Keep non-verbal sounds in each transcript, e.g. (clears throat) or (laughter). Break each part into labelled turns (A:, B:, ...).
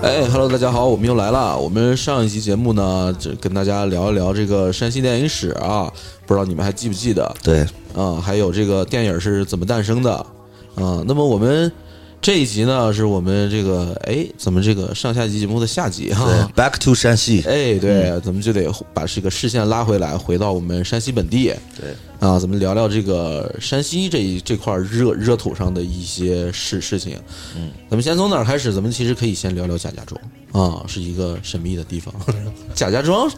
A: 哎，Hello，大家好，我们又来了。我们上一期节目呢，这跟大家聊一聊这个山西电影史啊，不知道你们还记不记得？
B: 对，
A: 啊、还有这个电影是怎么诞生的啊、那么我们这一集呢，是我们这个哎，咱们这个上下集节目的下集啊哈、
B: 对，Back to 山西，
A: 哎，对，咱们就得把这个视线拉回来，回到我们山西本地。
B: 对，
A: 啊，咱们聊聊这个山西这一这块热热土上的一些事事情。嗯，咱们先从哪儿开始？咱们其实可以先聊聊贾家庄啊，是一个神秘的地方。贾家庄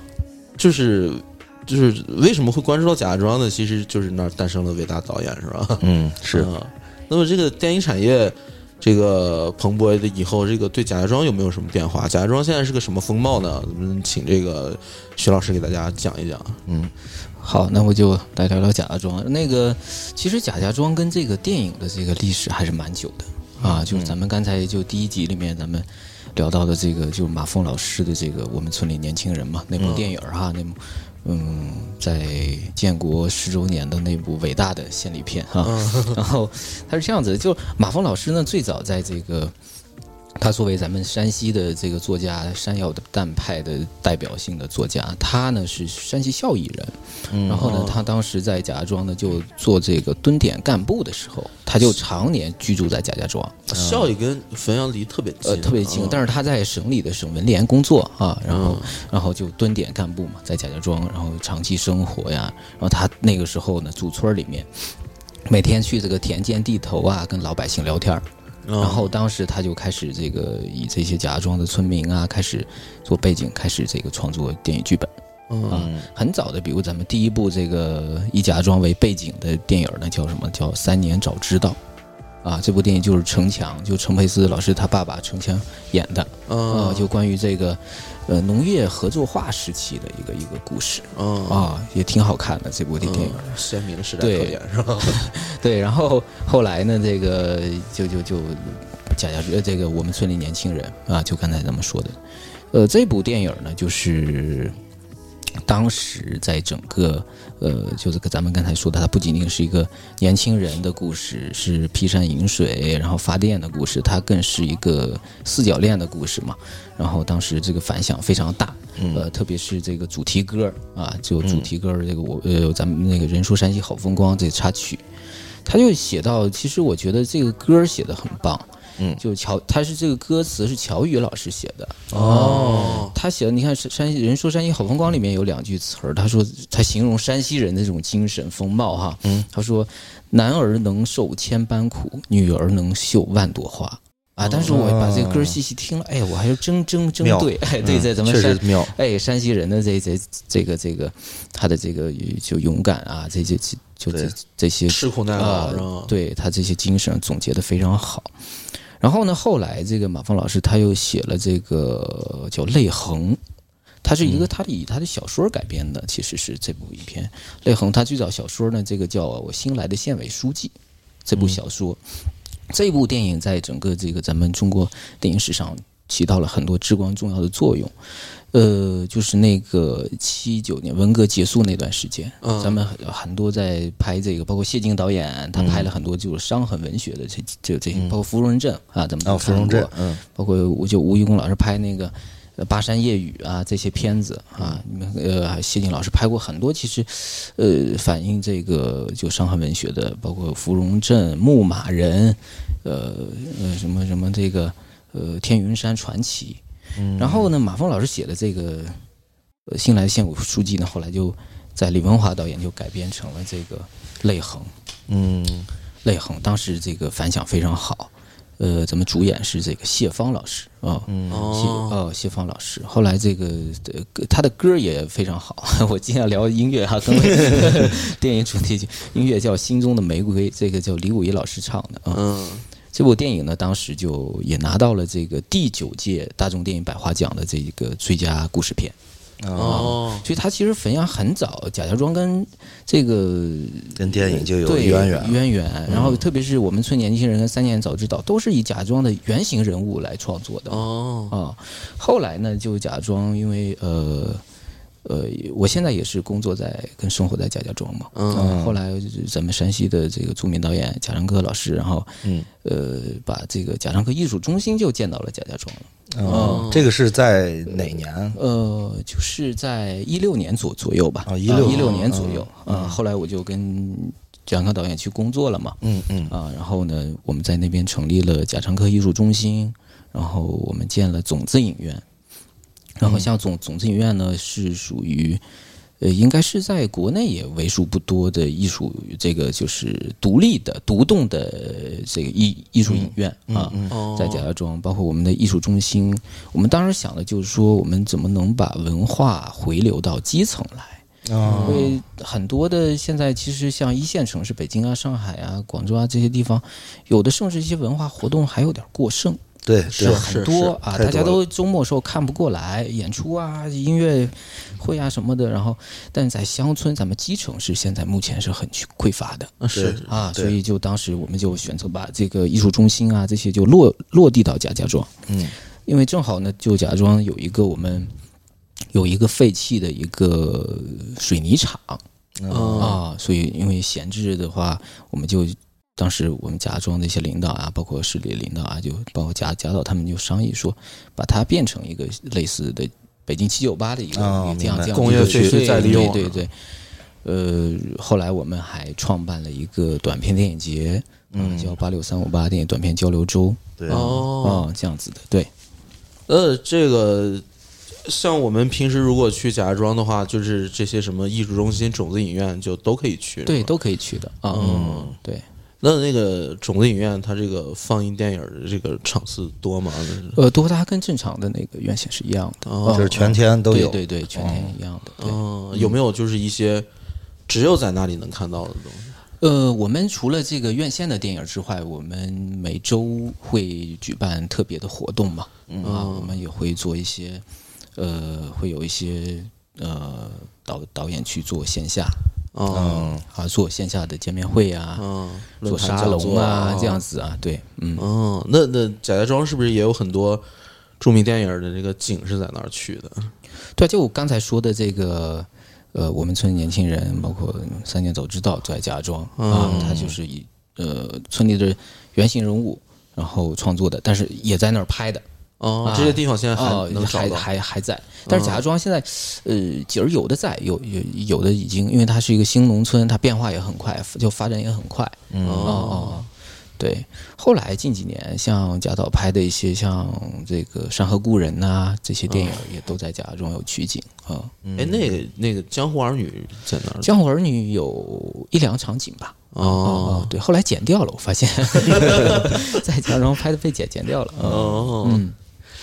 A: 就是就是为什么会关注到贾家庄呢？其实就是那儿诞生了伟大导演，是吧？
B: 嗯，是
A: 啊。那么这个电影产业这个蓬勃的以后，这个对贾家庄有没有什么变化？贾家庄现在是个什么风貌呢？我们请这个徐老师给大家讲一讲。
C: 好，那我就来聊聊贾家庄。那个，其实贾家庄跟这个电影的这个历史还是蛮久的啊。就是咱们刚才就第一集里面咱们聊到的这个，就马峰老师的这个《我们村里年轻人》嘛，那部电影儿哈，那部嗯，在建国十周年的那部伟大的献礼片哈。 (laughs) 然后他是这样子的，就马峰老师呢，最早在这个。他作为咱们山西的这个作家，山药的蛋派的代表性的作家，他呢是山西孝义人，然后呢，他当时在贾家庄呢，就做这个蹲点干部的时候，他就常年居住在贾家庄，
A: 效益跟汾阳离特别近，
C: 呃，特别
A: 哦
C: 近。但是他在省里的省文联工作啊，然后然后就蹲点干部嘛，在贾家庄，然后长期生活呀。然后他那个时候呢，住村里面，每天去这个田间地头啊，跟老百姓聊天儿。
A: 嗯
C: 然后当时他就开始这个以这些贾家庄的村民啊，开始做背景，开始这个创作电影剧本。啊，很早的，比如咱们第一部这个以贾庄为背景的电影呢，叫什么？叫《三年早知道》啊，这部电影就是程强，就程佩斯老师他爸爸程强演的啊，
A: 嗯
C: 就关于这个呃农业合作化时期的一个一个故事
A: 嗯
C: 啊，也挺好看的这部电电影。
A: 鲜明的时代特点是吧？
C: 对，然后后来呢，这个就就就贾家呃，这个我们村里年轻人啊，就刚才咱们说的，呃，这部电影呢，就是当时在整个呃，就是跟咱们刚才说的，它不仅仅是一个年轻人的故事，是劈山引水然后发电的故事，它更是一个四角恋的故事嘛。然后当时这个反响非常大，呃，特别是这个主题歌啊，就主题歌这个我呃，咱们那个人说山西好风光这插曲，他就写到，其实我觉得这个歌写的很棒。
B: 嗯
C: 就乔，他是这个歌词是乔宇老师写的哦，他写的，你看山山西人说山西好风光里面有两句词儿，他说他形容山西人的这种精神风貌哈，嗯，他说男儿能受千般苦，女儿能绣万朵花啊，但是我把这个歌细细听了，哎，我还是真真真
B: 妙
C: 对，
A: 嗯
C: 哎，对，在咱们
B: 确
C: 山
B: 实妙，
C: 哎，山西人的这这这个这个他的这个就勇敢啊，这些就这
B: 对
C: 这些
A: 吃苦耐劳
C: 啊
A: 是吧？，
C: 对他这些精神总结的非常好。然后呢，后来这个马峰老师他又写了这个叫《泪痕》，它是一
A: 嗯
C: 个他的以他的小说改编的，其实是这部影片《泪痕》。他最早小说呢，这个叫《我新来的县委书记》这
A: 嗯
C: 部小说，这部电影在整个这个咱们中国电影史上起到了很多至关重要的作用。呃，就是那个七九年文革结束那段时间，咱们很很多在拍这个，包括谢晋导演，他拍了很多就是伤痕文学的这这这，包括《芙蓉镇》啊，咱们都
B: 啊，芙
C: 看
B: 蓉
C: 过
B: 镇，，嗯，
C: 包括吴就吴玉公老师拍那个呃《巴山夜雨》啊这些片子啊，你们呃谢晋老师拍过很多，其实呃反映这个就伤痕文学的，包括《芙蓉镇》《牧马人》呃呃什么什么这个呃《天云山传奇》，然后呢马峰老师写的这个呃新来的县委书记呢，后来就在李文华导演就改编成了这个《泪痕》。
B: 嗯，
C: 泪痕，当时这个反响非常好。呃，咱们主演是这个谢芳老师啊，嗯，谢哦谢芳老师。后来这个呃歌他的歌也非常好， (laughs) 我尽量聊音乐啊哈，跟我 (laughs) 电影主题曲音乐叫《心中的玫瑰》，这个叫李谷一老师唱的啊。
A: 嗯
C: 这部电影呢，当时就也拿到了这个第九届大众电影百花奖的这一个最佳故事片。
A: 哦，
C: 所以它其实汾阳很早，贾家庄跟这个
B: 跟电影就有
C: 对
B: 渊源。
C: 渊源。然后特别是我们村年轻人跟三年早知道，都是以贾家庄的原型人物来创作的。
A: 哦，
C: 啊，后来呢，就假装因为呃呃，我现在也是工作在跟生活在贾家庄嘛。
A: 嗯
C: 啊后来就是咱们山西的这个著名导演贾樟柯老师，然后
B: 嗯，
C: 呃，把这个贾樟柯艺术中心就建到了贾家庄了。
B: 哦，这个是在哪年？
C: 呃，就是在一六年左左右吧。
B: 啊16
C: 一六年左右。啊，后来我就跟贾樟柯导演去工作了嘛。
B: 嗯嗯
C: 啊，然后呢，我们在那边成立了贾樟柯艺术中心，然后我们建了种子影院，然后像种种子影院呢是属于。呃，应该是在国内也为数不多的艺术，这个就是独立的、独栋的呃这个艺艺术影院、啊，
A: 哦
C: 在贾家庄，包括我们的艺术中心，我们当时想的就是说，我们怎么能把文化回流到基层来？
B: 啊
C: 因为很多的现在其实像一线城市，北京啊、上海啊、广州啊这些地方，有的甚至一些文化活动还有点过剩，
B: 对，
A: 是是
B: 对
C: 很多
B: 太
C: 啊，
B: 多
C: 大家
B: 了
C: 都周末时候看不过来演出啊、音乐会啊什么的，然后但在乡村，咱们基层是现在目前是很匮乏的。
A: 那是
C: 啊，
B: 嗯对
C: 所以就当时我们就选择把这个艺术中心啊这些就落落地到贾家庄，
B: 嗯，
C: 因为正好呢，就贾家庄有一个我们有一个废弃的一个水泥厂
B: 嗯
A: 哦
C: 啊，所以因为闲置的话，我们就当时我们贾家庄的一些领导啊，包括市里的领导啊，就包括贾贾导他们就商议说，把它变成一个类似的北京七九八的一个、
B: 哦
C: 一个这样
B: 明白
C: 这样
A: 工业
C: 区
A: 废墟再利用
C: 对对对。呃，后来我们还创办了一个短片电影节，嗯，叫八六三五八电影短片交流周，
B: 对，
A: 哦，
C: 哦，这样子的，对，
A: 呃，这个像我们平时如果去贾家庄的话，就是这些什么艺术中心、种子影院就都可以去。
C: 对，
A: 是吧
C: 都可以去的啊，嗯，对，
A: 那那个种子影院，它这个放映电影的这个场次多吗？
C: 呃，多它跟正常的那个院线是一样的，
A: 哦
B: 就是全天都
C: 对
B: 有。
C: 对对，全天一样的，对。
A: 嗯，有没有就是一些只有在那里能看到的东西？
C: 呃，我们除了这个院线的电影之外，我们每周会举办特别的活动嘛，
A: 嗯
C: 啊，我们也会做一些，呃，会有一些呃导导演去做线下
A: 啊
B: 嗯，
C: 啊，做线下的见面会啊，
A: 嗯，
C: 做
A: 论坛
C: 沙
A: 讲
C: 龙
A: 座
C: 啊，这样。子啊，对，嗯，
A: 哦，那那贾家庄是不是也有很多著名电影的这个景是在那儿去的？
C: 对，啊就我刚才说的这个，呃，我们村年轻人，包括三年早知道在家庄
A: 嗯
C: 啊，他就是以呃村里的原型人物，然后创作的，但是也在那儿拍的。
A: 哦，这些地方现在还
C: 啊哦，
A: 能找
C: 还
A: 到。嗯
C: 还还在，但是贾家庄现在，呃，景儿有的在，有有有的已经，因为它是一个新农村，它变化也很快，就发展也很快。嗯哦哦，对。后来近几年，像贾导拍的一些像这个《山河故人》呐这些电影，
A: 嗯
C: 也都在贾家庄有取景啊。
A: 哎，那个那个《江湖儿女》在哪儿？
C: 江湖儿女有一两场景吧。
A: 哦
C: 哦，对，后来剪掉了，我
A: (laughs)
C: 发现在贾家庄拍的被剪剪掉了。嗯
A: 哦，
C: 嗯，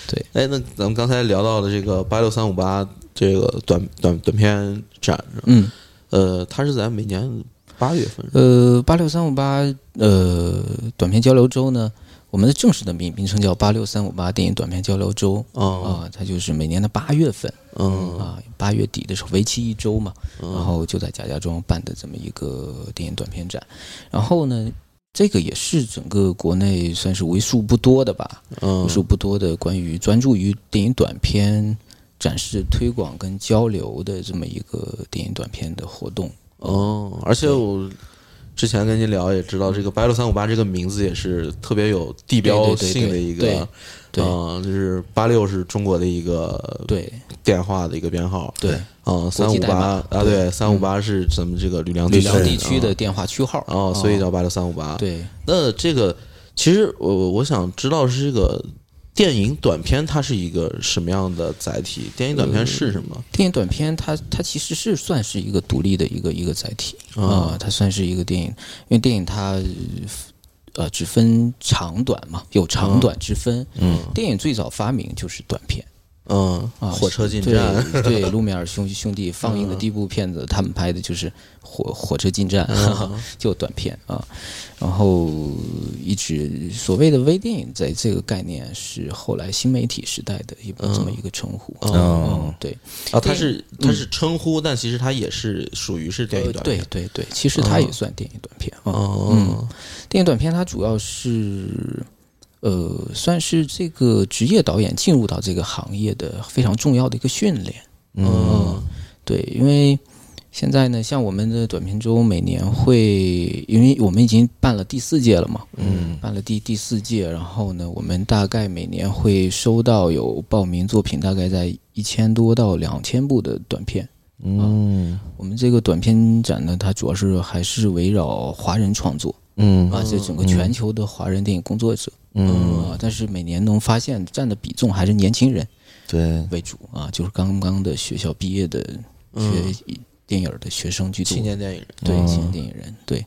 C: 对。
A: 哎，那咱们刚才聊到的这个八六三五八这个短短短片展，
C: 嗯。
A: 呃，它是在每年八月份。
C: 呃，八六三五八呃短片交流周呢，我们的正式的名名称叫八六三五八电影短片交流周啊、
A: 哦，
C: 它就是每年的八月份
A: 嗯
C: 啊，八、月底的时候，为期一周嘛，然后就在贾家庄办的这么一个电影短片展，然后呢。这个也是整个国内算是为数不多的吧，为
A: 嗯
C: 数不多的关于专注于电影短片展示、推广跟交流的这么一个电影短片的活动。
A: 哦，而且我之前跟您聊也知道，这个八六三五八这个名字也是特别有地标性的一
C: 对
A: 个，
C: 对对对
A: 嗯就是八六是中国的一个
C: 对
A: 电话的一个编号，
C: 对，
A: 啊，三五
C: 际代
A: 八
C: 码嗯
A: 啊，对，三五八是咱们这个吕梁
C: 吕
A: 地
C: 梁
A: 区
C: 地区的电话区号啊
A: 啊哦，所以叫八六三五八。，
C: 对，
A: 那这个其实我我我想知道是这个电影短片它是一个什么样的载体？电影短
C: 呃
A: 片是什么？
C: 电影短片它它其实是算是一个独立的一个一个载体
A: 哦
C: 啊、它算是一个电影，因为电影它呃呃只
A: 哦
C: 分长短嘛，有长短之分。嗯，电影最早发明就是短片
A: 嗯，
C: 啊，
A: 火车进站，
C: (laughs)
A: 嗯 (laughs)
C: 对，对路米尔兄兄弟放映的第一部片子，他们拍的就是火火车进站，
A: 哦嗯
C: 就短片啊。然后一直所谓的微电影，在这个概念是后来新媒体时代的一部这么一个称呼。嗯，对，
A: 啊，它是
C: 嗯
A: 它是称呼，但其实它也是属于是电影
C: 呃
A: 短
C: 对
A: 片。
C: 对对，其实它也算电影短片啊。
A: 哦，
C: 电影短片它主要是。呃，算是这个职业导演进入到这个行业的非常重要的一个训练。哦
A: 嗯
C: 对，因为现在呢，像我们的短片周每年会，因为我们已经办了第四届了嘛，嗯，办了第第四届，然后呢，我们大概每年会收到有报名作品，大概在一千多到两千部的短片。啊
B: 嗯
C: 我们这个短片展呢，它主要是还是围绕华人创作
B: 嗯
C: 啊，这整个全球的华人电影工作者，
B: 嗯，
C: 啊，但是每年能发现占的比重还是年轻人。
B: 对，
C: 为主啊，就是刚刚的学校毕业的
A: 嗯
C: 学电影儿的学生居多，
A: 青年电影人，
C: 嗯对青年电影人对，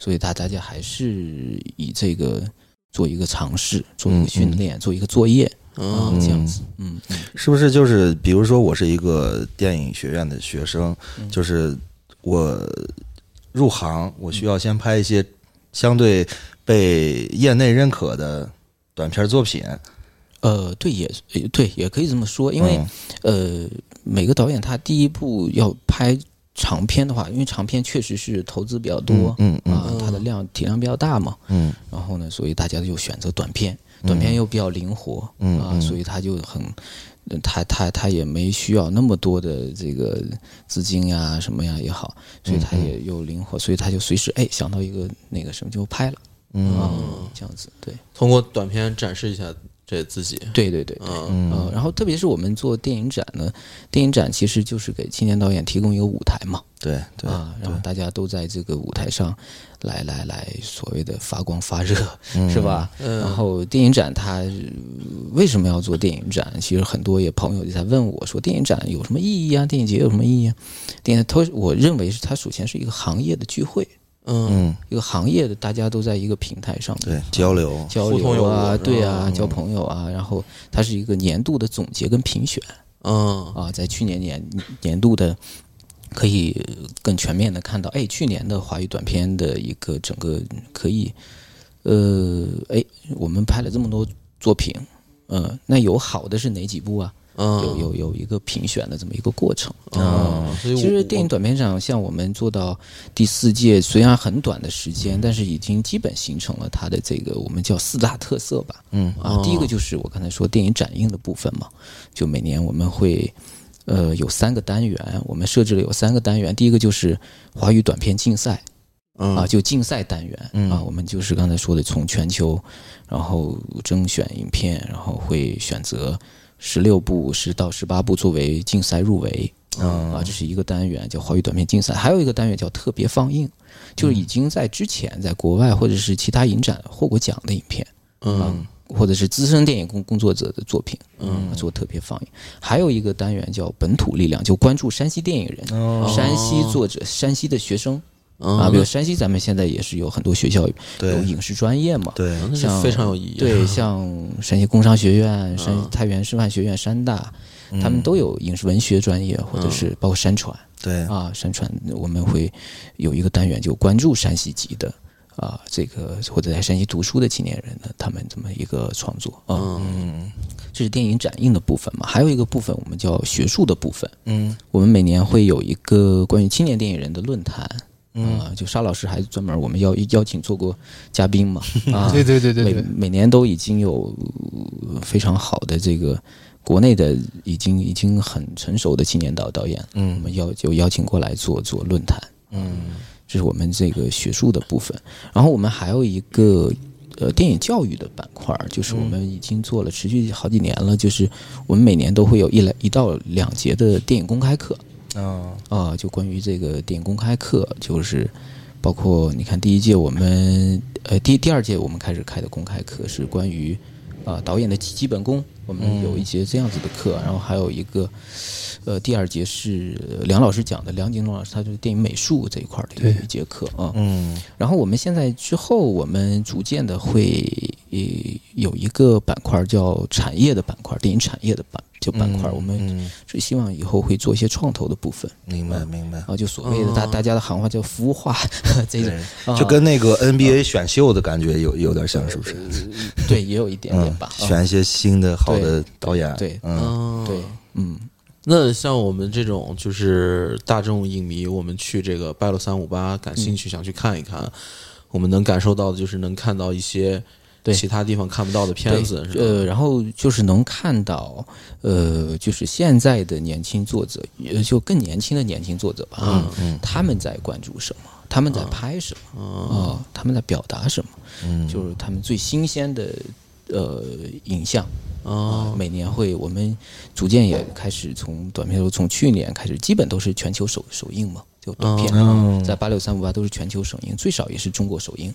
C: 所以大大家还是以这个做一个尝试，做一个训练，做一个作业啊，这样子，嗯，嗯
B: 是不是就是比如说我是一个电影学院的学生，
C: 嗯
B: 就是我入行，我需要先拍一些相对被业内认可的短片作品，
C: 呃，对，也也对，也可以这么说，因
B: 嗯
C: 为、呃，每个导演他第一步要拍长片的话，因为长片确实是投资比较多，
B: 嗯嗯
C: 啊，它的量体量比较大嘛，
B: 嗯
C: 然后呢，所以大家就选择短片，短片又比较灵活，
B: 嗯
C: 啊，所以他就很，呃他他他也没需要那么多的这个资金呀什么呀也好，所以他
B: 嗯
C: 也又灵活，所以他就随时哎想到一个那个什么就拍了，
B: 嗯
C: 啊，这样子，对
A: 通过短片展示一下这自己。
C: 对对对对，
A: 嗯
C: 呃然后特别是我们做电影展呢，电影展其实就是给青年导演提供一个舞台嘛，
B: 对对，
C: 啊，然后大家都在这个舞台上来来来所谓的发光发热，是吧？
A: 嗯
C: 然后电影展它呃为什么要做电影展？其实很多也朋友就在问我说，电影展有什么意义啊？电影节有什么意义啊？电影它我认为是它首先是一个行业的聚会，
A: 嗯，
C: 一个行业的大家都在一个平台上面
B: 对交流，
C: 交
A: 互通
C: 流
A: 有
C: 啊，
A: 无嗯
C: 对啊，交朋友啊，然后它是一个年度的总结跟评选。
A: 嗯，
C: 啊，在去年年年度的，可以更全面的看到，哎，去年的华语短片的一个整个可以，呃，哎，我们拍了这么多作品，呃，那有好的是哪几部啊？
A: 嗯
C: 有有有一个评选的这么一个过程。
A: 啊，所以
C: 其实电影短片上，像我们做到第四届，虽然很短的时
A: 嗯
C: 间，但是已经基本形成了它的这个我们叫四大特色吧。嗯啊，第一个就是我刚才说电影展映的部分嘛，就每年我们会呃有三个单元，我们设置了有三个单元，第一个就是华语短片竞赛。
A: 嗯
C: 啊，就竞赛单元、啊，我们就是刚才说的，从全球，然后征选影片，然后会选择十六部十到十八部作为竞赛入围。
B: 嗯
C: 啊，这是一个单元叫华语短片竞赛，还有一个单元叫特别放映，就是已经在之前在国外或者是其他影展获过奖的影片，
A: 啊
C: 嗯，或者是资深电影工工作者的作品，嗯，做特别放映。还有一个单元叫本土力量，就关注山西电影人、啊
B: 哦
C: 山西作者、山西的学生。
A: 嗯
C: 啊，比如山西，咱们现在也是有很多学校
B: 对
C: 有嗯影视专业嘛，
B: 对，
A: 那是
C: 像
A: 非常有意义。
C: 对，嗯像山西工商学院、山西太原师范学院、山大，
B: 嗯
C: 他们都有影视文学专业，或者是包括山传
B: 对，
C: 啊，山传我们会有一个单元就关注山西籍的啊，这个或者在山西读书的青年人呢，他们这么一个创作啊，嗯，这是电影展映的部分嘛，还有一个部分我们叫学术的部分，嗯，我们每年会有一个关于青年电影人的论坛。啊、就沙老师还专门我们邀邀请做过嘉宾 (laughs) 嘛，啊，
D: 对对对对
C: 每
D: 对，
C: 每年都已经有呃非常好的这个国内的已经已经很成熟的青年导导演，嗯，我们邀就邀请过来做做论坛，嗯，这是我们这个学术的部分。然后我们还有一个呃电影教育的板块儿，就是我们已经做了持续好几年了，就是我们每年都会有一来一到两节的电影公开课，
B: 嗯
C: 啊，就关于这个电影公开课，就是包括你看第一届我们呃第第二届我们开始开的公开课是关于啊导演的基基本功，我们有一节这样子的课，然后还有一个呃第二节是呃梁老师讲的梁景龙老师，他就是电影美术这一块儿的一
D: 对
C: 一节课啊，
B: 嗯
C: 然后我们现在之后，我们逐渐的会呃有一个板块叫产业的板块，电影产业的板就板块，我们
B: 嗯，
C: 是希望以后会做一些创投的部分
B: 明白明白，
C: 啊，就所谓的大
A: 哦
C: 大家的行话叫服务化这种
B: 嗯对，
C: 啊
B: 就跟那个 NBA 选秀的感觉有有点像，是不是？
C: 啊对也有一点点
B: 嗯
C: 吧，，啊
B: 选一些新的好的导演，
C: 对
B: 嗯，
A: 嗯
C: 对，嗯。
A: 那像我们这种就是大众影迷，我们去这个 Battle 三五八感
D: 嗯
A: 兴趣，想去看一看，我们能感受到的就是能看到一些
C: 对
A: 其他地方看不到的
C: 对
A: 片子，是吧？
C: 呃，然后就是能看到，呃，就是现在的年轻作者，也就更年轻的年轻作者吧，啊
A: 嗯
B: 嗯
C: 他们在关注什么？他们在拍什么？啊、他们在表达什么？
B: 嗯，
C: 就是他们最新鲜的呃影像。啊
D: 呃
A: 哦，
C: 每年会我们逐渐也开始从短片，从去年开始，基本都是全球首首映嘛，就短片，啊
B: 哦
C: 在八六三五八都是全球首映，最少也是中国首映。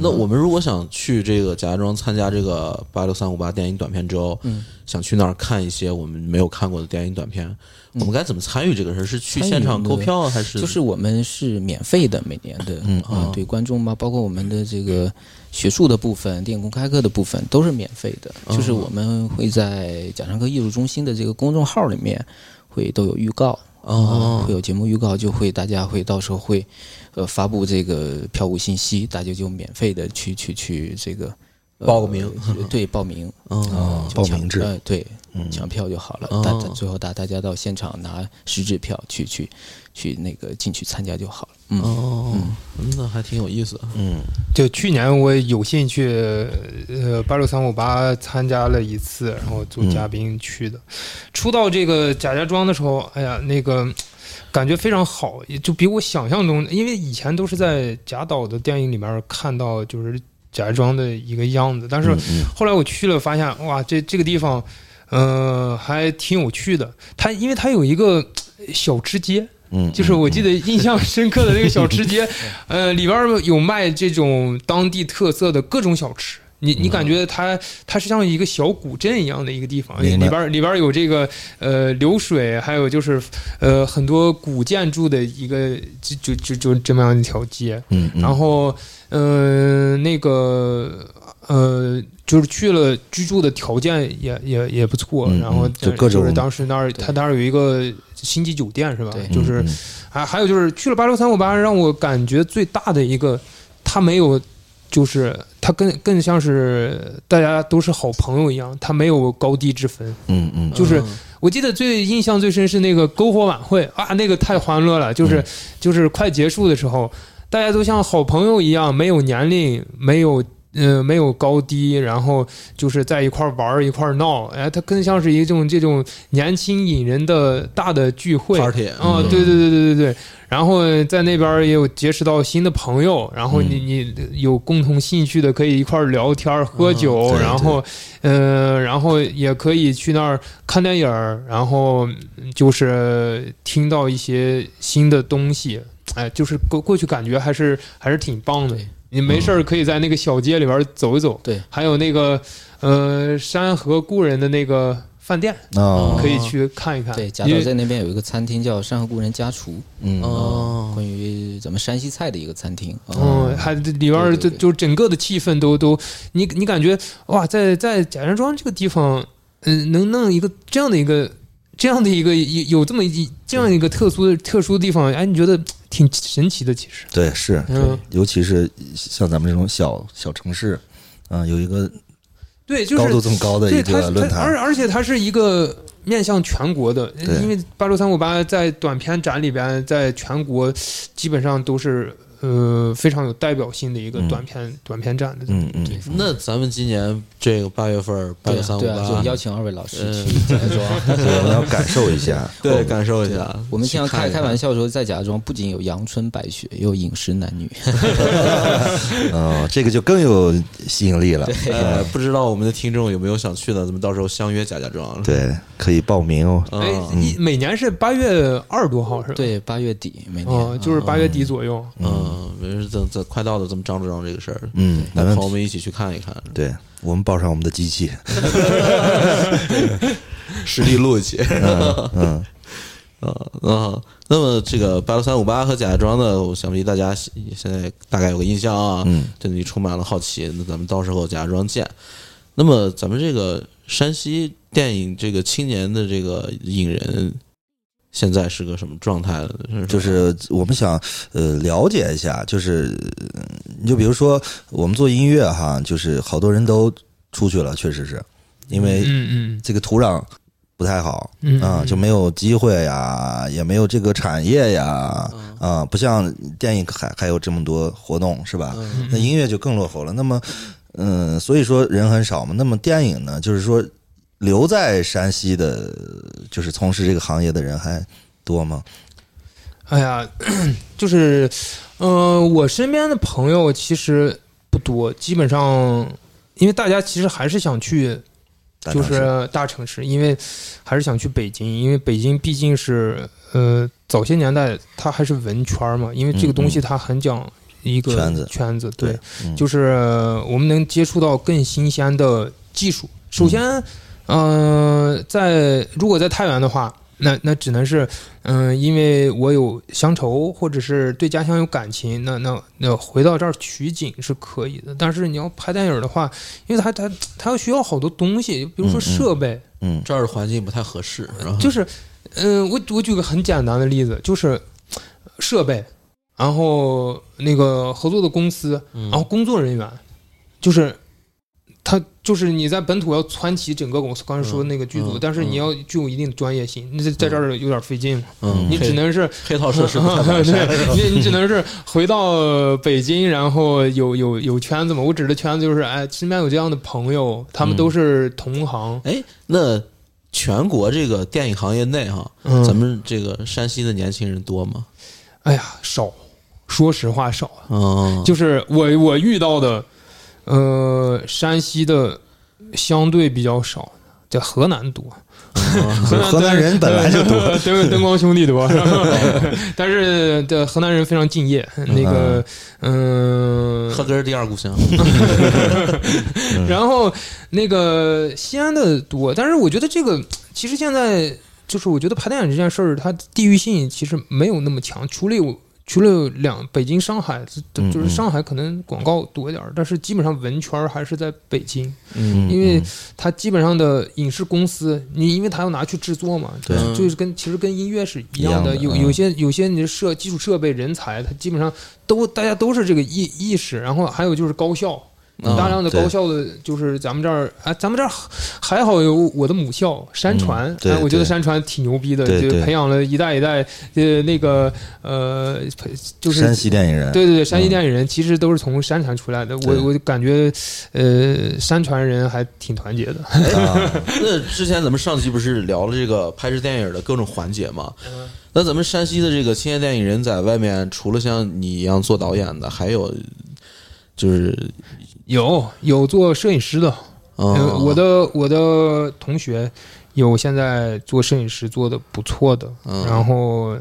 A: 那我们如果想去这个贾家庄参加这个八六三五八电影短片周，
C: 嗯
A: 想去那儿看一些我们没有看过的电影短片，我们该怎么参与这个事儿？是去
C: 嗯参与
A: 现场
C: 的
A: 购票啊还是？
C: 就是我们是免费的，每年的，嗯啊，对观众嘛，包括我们的这个学术的部分、电影公开课的部分都是免费的。就是我们会在贾樟柯艺术中心的这个公众号里面会都有预告。
A: 哦
C: 啊会有节目预告，就会大家会到时候会，呃，发布这个票务信息，大家就免费的去去去这个、呃
A: 报个名，
C: 对，报名，
A: 哦
C: 就
B: 报
C: 抢
B: 名制
C: 呃，对，
B: 嗯
C: 抢票就好了。
A: 哦
C: 大家最后大大家到现场拿实质票去去去那个进去参加就好了。嗯，
A: 哦，那还挺有意思。啊
B: 嗯，
D: 就去年我有幸去呃八六三五八参加了一次，然后做嘉宾去的。初到这个贾家庄的时候，哎呀，那个感觉非常好，也就比我想象中，因为以前都是在贾导的电影里面看到就是贾家庄的一个样子，但是
B: 嗯嗯
D: 后来我去了，发现哇，这这个地方，嗯、还挺有趣的。它因为它有一个呃小吃街，
B: 嗯，
D: 就是我记得印象深刻的那个小吃
B: (laughs)
D: 街，呃，里边儿有卖这种当地特色的各种小吃。你你感觉它它是像一个小古镇一样的一个地方，里
B: 明白
D: 边儿里边儿有这个呃流水，还有就是呃很多古建筑的一个就就就就这么样一条街。
B: 嗯，嗯，
D: 然后嗯、呃那个呃就是去了居住的条件也也也不错，
B: 嗯
D: 然后
B: 嗯就各
D: 就
B: 种
D: 是当时那儿
C: 对
D: 它那儿有一个星级酒店是吧
C: 对？
D: 就是
B: 嗯嗯
D: 还啊还有就是去了八六三五八，让我感觉最大的一个，他没有，就是他更更像是大家都是好朋友一样，他没有高低之分。
B: 嗯嗯，
D: 就是
A: 嗯
D: 我记得最印象最深是那个篝火晚会啊，那个太欢乐了，就是、
B: 嗯
D: 就是快结束的时候，大家都像好朋友一样，没有年龄，没有。嗯、没有高低，然后就是在一块儿玩儿一块儿闹，哎，它更像是一种这种年轻引人的大的聚会
A: party，
D: 哦，
A: 嗯
D: 对对对对对对。然后在那边也有结识到新的朋友，然后你你有共同兴趣的可以一块儿聊天儿、喝酒，
B: 对
D: 然后呃，然后也可以去那儿看电影儿，然后就是听到一些新的东西，哎，就是过过去感觉还是还是挺棒的
C: 对。
D: 你没事儿可以在那个小街里边儿走一走，
C: 对，
D: 还有那个呃山河故人的那个饭店，
B: 哦，
D: 可以去看一看。
C: 对，贾
D: 因
C: 导
D: 为
C: 在那边有一个餐厅叫山河故人家厨，呃
B: 嗯，
C: 啊
A: 哦
C: 关于咱们山西菜的一个餐厅。啊
D: 嗯，还里边
C: 对
D: 儿
C: 对
D: 就
C: 对
D: 就整个的气氛都都，你你感觉哇，在在贾家庄这个地方，嗯、能弄一个这样的一个这样的一个有有这么一这样一个特殊的特殊的地方，哎，你觉得挺神奇的，其实，
B: 对，是，
D: 嗯，
B: 尤其是像咱们这种小小城市，嗯，有一个
D: 对，就
B: 高度
D: 是
B: 这么高的
D: 对
B: 一
D: 它
B: 个论
D: 它，而
B: 坛，
D: 而且它是一个面向全国的，
B: 对
D: 因为八六三五八在短片展里边，在全国基本上都是呃非常有代表性的一个
B: 嗯
D: 短片、短片展的，
B: 嗯嗯，
A: 那咱们今年这个八月份八
C: 对
A: 月
C: 啊
A: 三五
C: 对啊，就
A: 八
C: 邀，请二位老师
A: 嗯
C: 去贾
A: (laughs)
C: 家庄。
B: 对，我们要感受一下，哦
A: 对，感受一下。
C: 我们
A: 去
C: 经常
A: 看
C: 开
A: 一
C: 开
A: 看
C: 玩笑说，在贾家庄不仅有阳春白雪，也有饮食男女。
B: 哦，这个就更有吸引力了，
A: 呃，不知道我们的听众有没有想去的，咱们到时候相约贾家庄。，
B: 对，可以报名哦，
D: 哎
A: 嗯，
D: 一每年是八月二十多号是吧？，
C: (laughs) 对，八月底每年
D: 哦，就是八月底左右。
A: 嗯，没事，咱咱快到了，咱们张罗张罗这个事儿，
B: 嗯，
A: 带
B: 没
A: 朋友
B: 问题，
A: 们一起去看一看，
B: 对我们报上我们的机器，
A: 实地录一期。 (laughs)
B: 嗯嗯，
A: 啊啊，那么这个八六三五八和贾家庄呢，我想必大家现现在大概有个印象啊，
B: 嗯，
A: 对你充满了好奇。那咱们到时候贾家庄见。那么咱们这个山西电影这个青年的这个影人，现在是个什么状态呢？
D: 嗯
B: 就是我们想呃了解一下，就是呃你就比如说我们做音乐哈，就是好多人都出去了，确实是因为
D: 嗯
B: 这个土壤不太好
D: 嗯嗯
B: 啊，就没有机会呀，也没有这个产业呀
A: 嗯
B: 啊，不像电影还还有这么多活动是吧？
D: 嗯
B: 那音乐就更落后了。那么，嗯，所以说人很少嘛。那么电影呢，就是说留在山西的，就是从事这个行业的人还多吗？
D: 哎呀， (clears throat) 就是，呃，我身边的朋友其实不多，基本上，因为大家其实还是想去，
B: 大
D: 就
B: 城市
D: 是大城市，因为还是想去北京，因为北京毕竟是，呃，早些年代它还是文圈嘛，因为这个东西它很讲一个
B: 嗯圈子
D: 圈子对，
B: 嗯
D: 就是呃我们能接触到更新鲜的技术。首先，嗯，在如果在太原的话，那那只能是，嗯、因为我有乡愁，或者是对家乡有感情，那那那回到这儿取景是可以的。但是你要拍电影的话，因为它它它要需要好多东西，比如
B: 嗯
D: 说
B: 嗯
D: 设备，
B: 嗯
A: 这儿的环境不太合适，然后
D: 就是，嗯、我我举个很简单的例子，就是设备，然后那个合作的公司，
A: 嗯
D: 然
B: 哦
D: 后工作人员，就是他就是你在本土要窜起整个公司，刚才说那个剧组，
A: 嗯
D: 但是
A: 嗯
D: 你要具有一定的专业性，你在在这儿有点费劲嘛，
A: 嗯，
D: 你只能是
A: 黑黑套设施不太完 (laughs) 善。
D: 对， (laughs) 你你只能是回到北京，然后有有有圈子嘛。我指的圈子就是，哎，身边有这样的朋友，他们都是同行，
A: 哎，那全国这个电影行业内哈，
D: 嗯
A: 咱们这个山西的年轻人多吗？
D: 哎呀，少，说实话少。啊
A: 嗯，
D: 就是我我遇到的，呃，山西的相对比较少，在河南多。
A: 嗯 (laughs)
B: 河南人本来就多，
D: 灯灯光兄
B: (laughs)
D: 弟多，但是这河南人非常敬业。那个，嗯、
A: 合根儿第二故乡，
D: 然后那个西安的多，但是我觉得这个其实现在就是我觉得拍电影这件事儿，它地域性其实没有那么强，除了有除了两北京、上海，
B: 嗯
D: 就是
B: 嗯
D: 上海可能广告多一点儿，但是基本上文圈儿还是在北京。
B: 嗯
D: 因为它基本上的影视公司，你因为它要拿去制作嘛，
B: 对
D: 就就是跟其实跟音乐是一样
B: 一
D: 的，
B: 样的
D: 有
B: 嗯
D: 有些有些你的设基础设备、人才，它基本上都大家都是这个意意识，然后还有就是高校。
A: 嗯
D: 大量的
B: 对
D: 高校的，就是咱们这儿，哎，咱们这儿还好有我的母校山传
B: 嗯，对
D: 哎，我觉得
B: 对
D: 山传挺牛逼的，
B: 对
D: 就
B: 对
D: 培养了一代一代，呃，那个呃，培就是
B: 山西电影人，
D: 对对对，山
B: 嗯
D: 西电影人其实都是从山传出来的，
B: 对
D: 我我就感觉，呃，山传人还挺团结的。 (laughs)
B: 啊，
A: 那之前咱们上期不是聊了这个拍摄电影的各种环节吗？那咱们山西的这个青年电影人在外面，除了像你一样做导演的，还有就是
D: 有有做摄影师的，
A: 嗯、
D: 呃我的我的同学有现在做摄影师做的不错的，
A: 嗯
D: 然后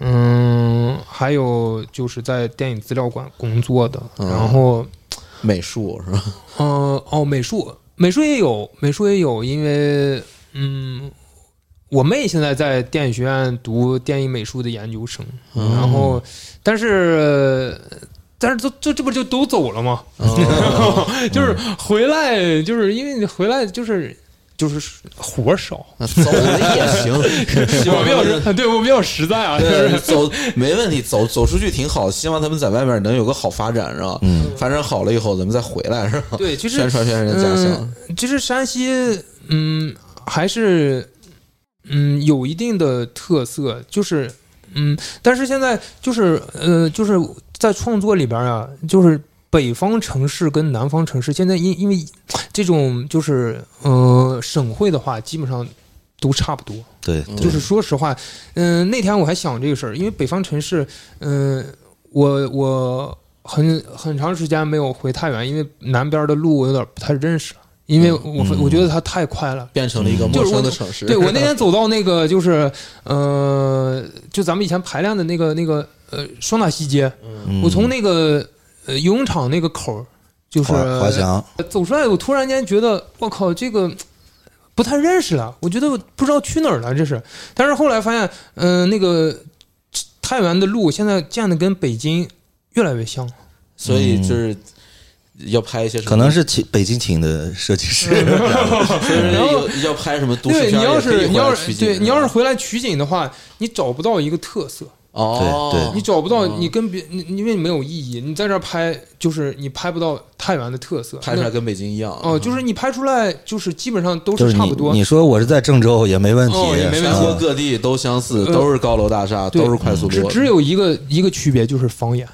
D: 嗯，还有就是在电影资料馆工作的，
A: 嗯
D: 然后
A: 美术是吧？
D: 嗯哦，美术美术也有，美术也有，因为嗯。我妹现在在电影学院读电影美术的研究生，
A: 嗯
D: 然后，但是，但是都这这不就都走了吗？ (laughs) 就是回来，就是因为你回来就是就是活儿少，
A: 那走了也
D: (laughs)
A: 行，希
D: 我
A: 望
D: 比
A: 他
D: 较
A: 们
D: 实对我比较实在啊，就是
A: 对走没问题，走走出去挺好。希望他们在外面能有个好发展，是吧？
B: 嗯，
A: 发展好了以后，咱们再回来，是吧？
D: 对，其
A: 宣
D: 实
A: 传宣传家乡。
D: 嗯其实山西，嗯，还是嗯有一定的特色，就是嗯，但是现在就是呃，就是在创作里边啊，就是。北方城市跟南方城市现在因因为这种就是呃省会的话，基本上都差不多。
B: 对，
A: 嗯
D: 就是说实话，嗯、那天我还想这个事儿，因为北方城市，嗯、我我很很长时间没有回太原，因为南边的路我有点不太认识了，因为我、
B: 嗯
D: 我觉得它太快了。
A: 变成了一个陌生的城市。
D: 对我
B: (laughs)
D: 那天走到那个就是，呃，就咱们以前排练的那个那个呃双塔西街，
B: 嗯
D: 我从那个呃游泳场那个口儿，就是
B: 华华强，
D: 走出来，我突然间觉得，我靠，这个不太认识了，我觉得我不知道去哪儿了，这是。但是后来发现，嗯、那个太原的路现在建的跟北京越来越像了。
A: (laughs) 所以就是要拍一些什么，
B: 可能是请北京请的设计
D: 嗯
B: 师，
D: (laughs)
A: 所以说
D: 然后
A: 要要拍什么都市
D: 对
A: 片儿
D: 你要
A: 也可以
D: 是你
A: 回来
D: 要
A: 取
D: 是
A: 景
D: 对你
A: 吧
D: 要是回来取景的话，你找不到一个特色，
A: 哦，
B: 对对
D: 你找不到你跟
A: 啊
D: 别你因为你没有意义，你在这儿拍就是你拍不到太原的特色。
A: 拍出来
D: 那
A: 跟北京一样
D: 哦，就是你拍出来就是基本上都
B: 就是是
D: 差
B: 你
D: 不多。
B: 你说我是在郑州也没问题，
D: 哦也没问
A: 全
D: 题
A: 国
B: 啊
A: 各地都相似，
D: 呃
A: 都是高楼大厦，
D: 对
A: 都是快速
D: 只
A: 路。
D: 只有一个一个区别就是方言，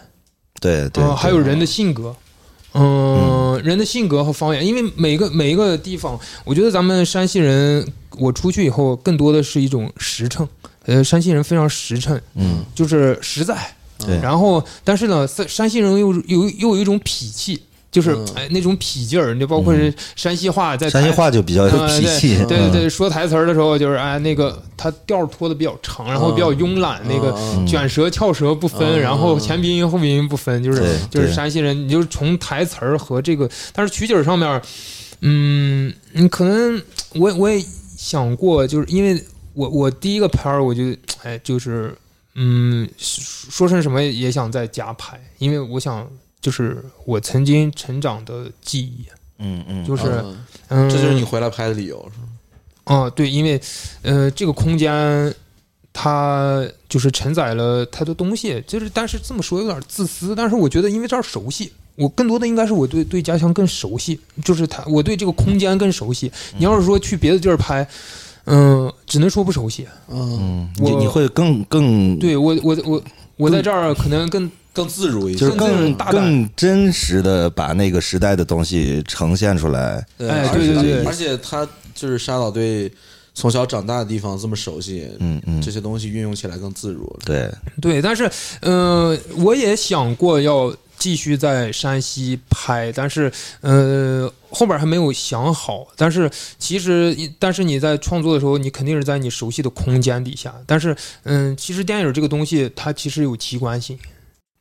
B: 对对
D: 嗯、，还有人的性格。嗯，人的性格和方言，因为每个每一个地方，我觉得咱们山西人，我出去以后更多的是一种实诚，呃，山西人非常实诚，
B: 嗯，
D: 就是实在。嗯
B: 对
D: 然后，但是呢，山山西人又又又有一种痞气，就是、
A: 嗯
D: 哎那种痞劲儿，你包括是山西话在
B: 嗯
D: 台，呃
B: 山西话就比较有脾气，
D: 对对
B: 嗯
D: 对，说台词儿的时候就是哎那个他调儿拖的比较长，然后比较慵懒，那个
A: 嗯
D: 卷舌翘舌不分，
A: 嗯
D: 然后前鼻音后鼻音不分，就是
B: 对
D: 就是
B: 对
D: 山西人，你就是从台词儿和这个，但是曲景儿上面儿，嗯，你可能我我也想过，就是因为我我第一个拍儿我就哎就是嗯说成什么也想在家拍，因为我想就是我曾经成长的记忆，
B: 嗯嗯，
D: 就是
A: 嗯
D: 嗯，
A: 这就是你回来拍的理由，是吗
D: 啊，对，因为呃，这个空间它就是承载了太多东西，就是但是这么说有点自私，但是我觉得因为这儿熟悉。我更多的应该是我对对家乡更熟悉，就是它，我对这个空间更熟悉。你要是说去别的地儿拍，嗯、只能说不熟悉。
A: 嗯，
B: 嗯，你
D: 我
B: 你会更更
D: 对我，我我我在这儿可能更
A: 更自如一些，
B: 就是
D: 更
B: 更
D: 大胆
B: 更真实的把那个时代的东西呈现出来。
D: 哎
A: 而
D: 对
A: 且
D: 对对
A: 而且他就是沙岛对从小长大的地方这么熟悉，
B: 嗯嗯
A: 这，些东西运用起来更自如。
B: 对，
D: 对，但是，呃，我也想过要继续在山西拍，但是，呃，后边还没有想好。但是，其实，但是你在创作的时候，你肯定是在你熟悉的空间底下。但是，嗯、其实电影这个东西，它其实有奇观性，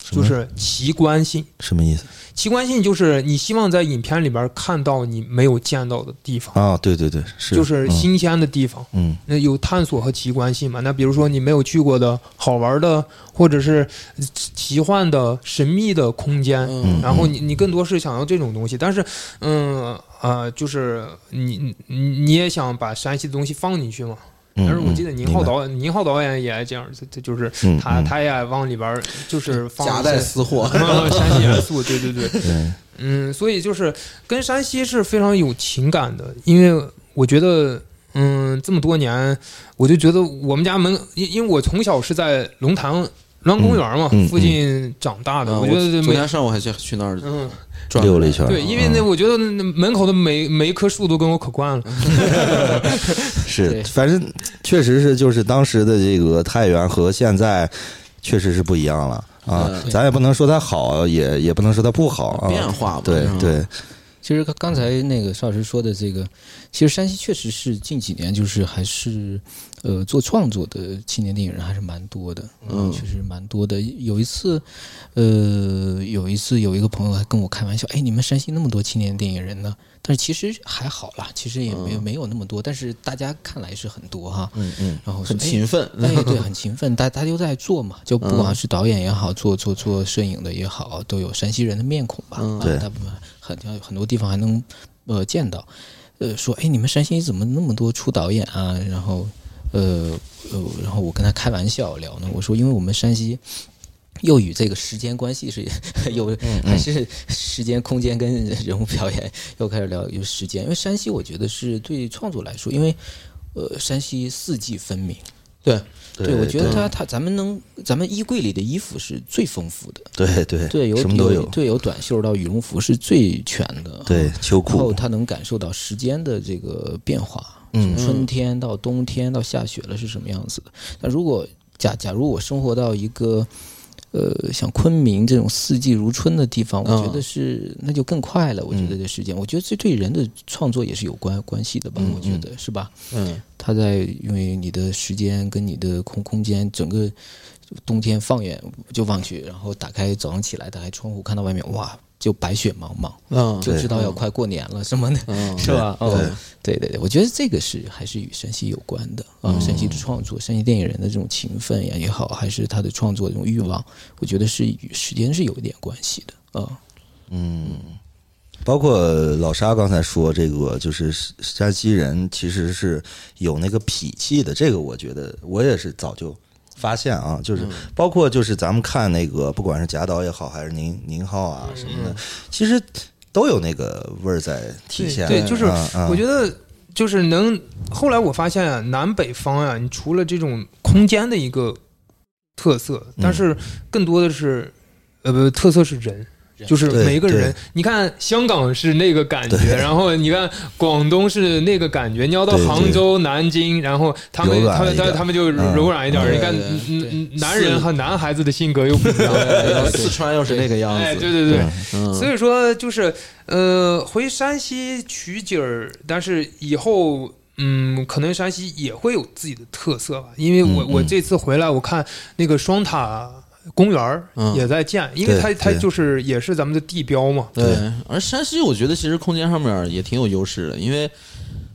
B: 什
D: 就
B: 么
D: 是奇观性。
B: 什么意思？
D: 奇观性就是你希望在影片里边看到你没有见到的地方，
B: 啊，对对对，是
D: 就是
B: 嗯
D: 新鲜的地方。
B: 嗯
D: 那有探索和奇观性嘛？那比如说你没有去过的好玩的，或者是呃奇幻的、神秘的空间，
A: 嗯
D: 然后你你更多是想要这种东西。但是，嗯啊、呃就是你你你也想把山西的东西放进去嘛？
B: 嗯，
D: 但是我记得
B: 嗯
D: 宁浩，
B: 明
D: 导演，宁浩导演也这样，他他就是
B: 白嗯
D: 他
B: 嗯
D: 他也往里边儿就是放
A: 夹
D: 一些
A: 带私货，
D: 嗯山西元素，对对对。
B: 对
D: 嗯，所以就是跟山西是非常有情感的，因为我觉得，嗯，这么多年，我就觉得我们家门，因因为我从小是在龙潭龙潭公园嘛、
B: 嗯嗯
D: 附近长大的，
A: 嗯
D: 我觉得
A: 昨
D: 每
A: 天上午还去去那儿
D: 嗯，
A: 转
B: 溜了一圈嗯
D: 对，因为那我觉得那门口的每每一棵树都跟我可惯了，
B: 是，
C: 对
B: 反正确实是，就是当时的这个太原和现在确实是不一样了啊
A: 嗯。
C: 对
B: 咱也不能说它好，也也不能说它不好啊。
A: 变化嘛，
B: 对
A: 是吧，
B: 对，
C: 其实刚刚才那个邵老师说的这个，其实山西确实是近几年就是还是，呃，做创作的青年电影人还是蛮多的，
A: 嗯
C: 确实蛮多的。有一次，呃，有一次有一个朋友还跟我开玩笑，哎，你们山西那么多青年电影人呢？但是其实还好啦，其实也
A: 嗯
C: 没有、没有那么多，但是大家看来是很多哈。
B: 嗯嗯，
C: 然后说
A: 很
C: 哎
A: 勤奋，
C: 哎，对，很勤奋，大家都在做嘛，就不管是导演也好，做做做摄影的也好，都有山西人的面孔吧，
A: 嗯
C: 啊
B: 对
C: 大部分很像很多地方还能呃见到，呃，说哎，你们山西怎么那么多出导演啊？然后呃呃，然后我跟他开玩笑聊呢，我说因为我们山西。又与这个时间关系是 (laughs) 有，还是时间、空间跟人物表演又开始聊有时间，因为山西我觉得是对创作来说，因为呃山西四季分明，
A: 对，
C: 对，我觉得
B: 对
C: 它它咱们能，咱们衣柜里的衣服是最丰富的，
B: 对对
C: 对，有
B: 什么都
C: 有
B: 有，
C: 对，有短袖到羽绒服是最全的，啊
B: 对秋
C: 然后
B: 裤，
C: 它能感受到时间的这个变化，
B: 嗯
C: 从春天到冬天到下雪了是什么样子的。那如果假假如我生活到一个呃像昆明这种四季如春的地方，我
A: 嗯
C: 觉得是那就更快了。我
B: 嗯
C: 觉得这时间，我觉得这对人的创作也是有关关系的吧？我
B: 嗯
C: 觉得是吧？
A: 嗯，
C: 它在因为你的时间跟你的空空间，整个冬天放眼就望去，然后打开早上起来打开窗户看到外面，哇，就白雪茫茫，
A: 嗯
C: 就
B: 对
C: 知道要快过年了什么的，
A: 嗯
C: 是吧？哦，对对对，我觉得这个是还是与山西有关的啊，山西的创作，山西电影人的这种勤奋呀也好，还是他的创作这种欲望，我觉得是与时间是有一点关系的啊。
B: 包括老沙刚才说这个，就是山西人其实是有那个痞气的，这个我觉得我也是早就发现啊，就是包括就是咱们看那个，不管是贾导也好，还是宁宁浩啊
D: 嗯
B: 什么的，其实都有那个味儿在体现。
D: 对，就是
B: 嗯嗯
D: 我觉得就是能。后来我发现啊，南北方啊，你除了这种空间的一个特色，但是更多的是，呃，不，特色是人。就是
B: 对
D: 每一个人
B: 对，
D: 你看香港是那个感觉，
B: 对
D: 然后你看广东是那个感觉，你要到
B: 对对
D: 杭州、南京，然后他们
B: 柔软
D: 他们
B: 一
D: 他
B: 点
D: 他们就
B: 嗯
D: 柔软一点。
A: 对
D: 你看
A: 对
D: 嗯
C: 对
D: 嗯男人和男孩子的性格又不一样，
A: 然后四川又是那个样
D: 哎，对
A: 子，
D: 对对，
A: 嗯
D: 所以说就是呃，回山西取景儿，但是以后嗯，可能山西也会有自己的特色吧。因为我、
B: 嗯嗯
D: 我这次回来，我看那个双塔公园儿
A: 嗯
D: 也在建，因为
B: 对
D: 它它
B: 对
D: 就是也是咱们的地标嘛。
A: 对，而山西我觉得其实空间上面也挺有优势的，因为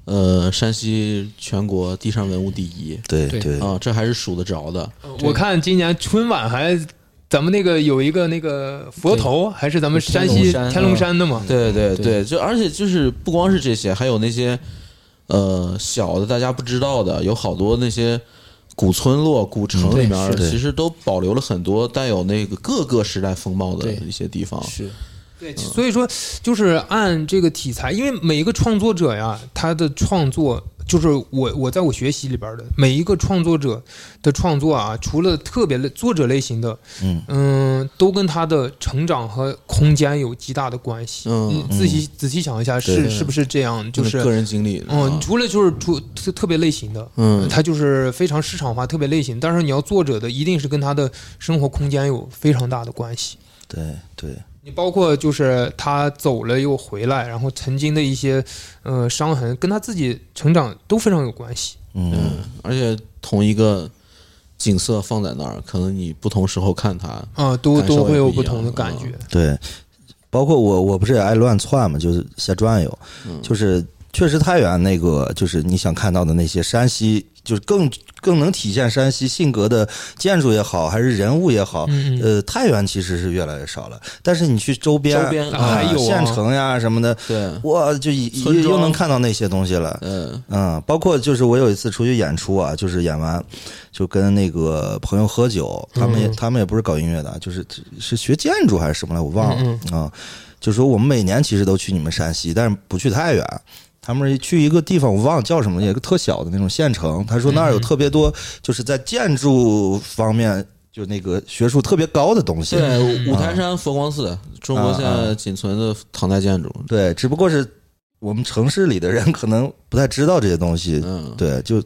A: 呃，山西全国地上文物第一
B: 对
D: 对
B: 对，
A: 啊，这还是数得着的。
D: 我看今年春晚还。咱们那个有一个那个佛头，还是咱们山
C: 天
D: 西
C: 龙山
D: 天龙山的嘛？
A: 嗯对对
C: 对
A: 对，就而且就是不光是这些，还有那些呃小的大家不知道的，有好多那些古村落、古城里面，
C: 嗯
B: 对是
A: 其实都保留了很多带有那个各个时代风貌的
C: 对
A: 一些地方。
C: 是，
D: 对，
A: 嗯
D: 所以说就是按这个题材，因为每一个创作者呀，他的创作就是我我在我学习里边的每一个创作者的创作啊，除了特别类作者类型的，
B: 嗯
D: 都跟他的成长和空间有极大的关系。
A: 嗯
D: 你仔细仔细想一下，是
A: 对
D: 是不是这样？就
A: 个
D: 是
A: 人经历的啊，
D: 嗯，除了就是除特特别类型的。
A: 嗯，
D: 它就是非常市场化，特别类型，但是你要作者的一定是跟他的生活空间有非常大的关系。
B: 对对，
D: 你包括就是他走了又回来，然后曾经的一些呃伤痕，跟他自己成长都非常有关系。
B: 嗯，
A: 而且同一个景色放在那儿，可能你不同时候看它，
D: 啊、都
A: 感受也
D: 都会有
A: 不
D: 不
A: 一样啊
D: 同的感觉。
B: 对，包括我，我不是也爱乱窜嘛，就是瞎转悠，
D: 嗯
B: 就是确实太原那个，就是你想看到的那些山西，就是更更能体现山西性格的建筑也好，还是人物也好，
D: 嗯嗯，
B: 呃，太原其实是越来越少了，但是你去周边，
A: 周边
B: 啊
D: 还有啊
B: 县城呀什么的，
A: 对，
B: 哇，就一
A: 村
B: 一
A: 庄
B: 又能看到那些东西了。
A: 嗯
B: 嗯，包括就是我有一次出去演出啊，就是演完就跟那个朋友喝酒，他们也、
D: 嗯
B: 他们也不是搞音乐的，就是是学建筑还是什么来，我忘了啊、
D: 嗯
B: 就说我们每年其实都去你们山西，但是不去太远。他们去一个地方，我忘了叫什么了，有一个特小的那种县城。他说那儿有特别
D: 嗯
B: 多，就是在建筑方面就那个学术特别高的东西。
A: 对，五台山佛光寺，中国现
B: 啊
A: 在仅存的唐代建筑，
B: 对，只不过是我们城市里的人可能不太知道这些东西。
A: 嗯，
B: 对，就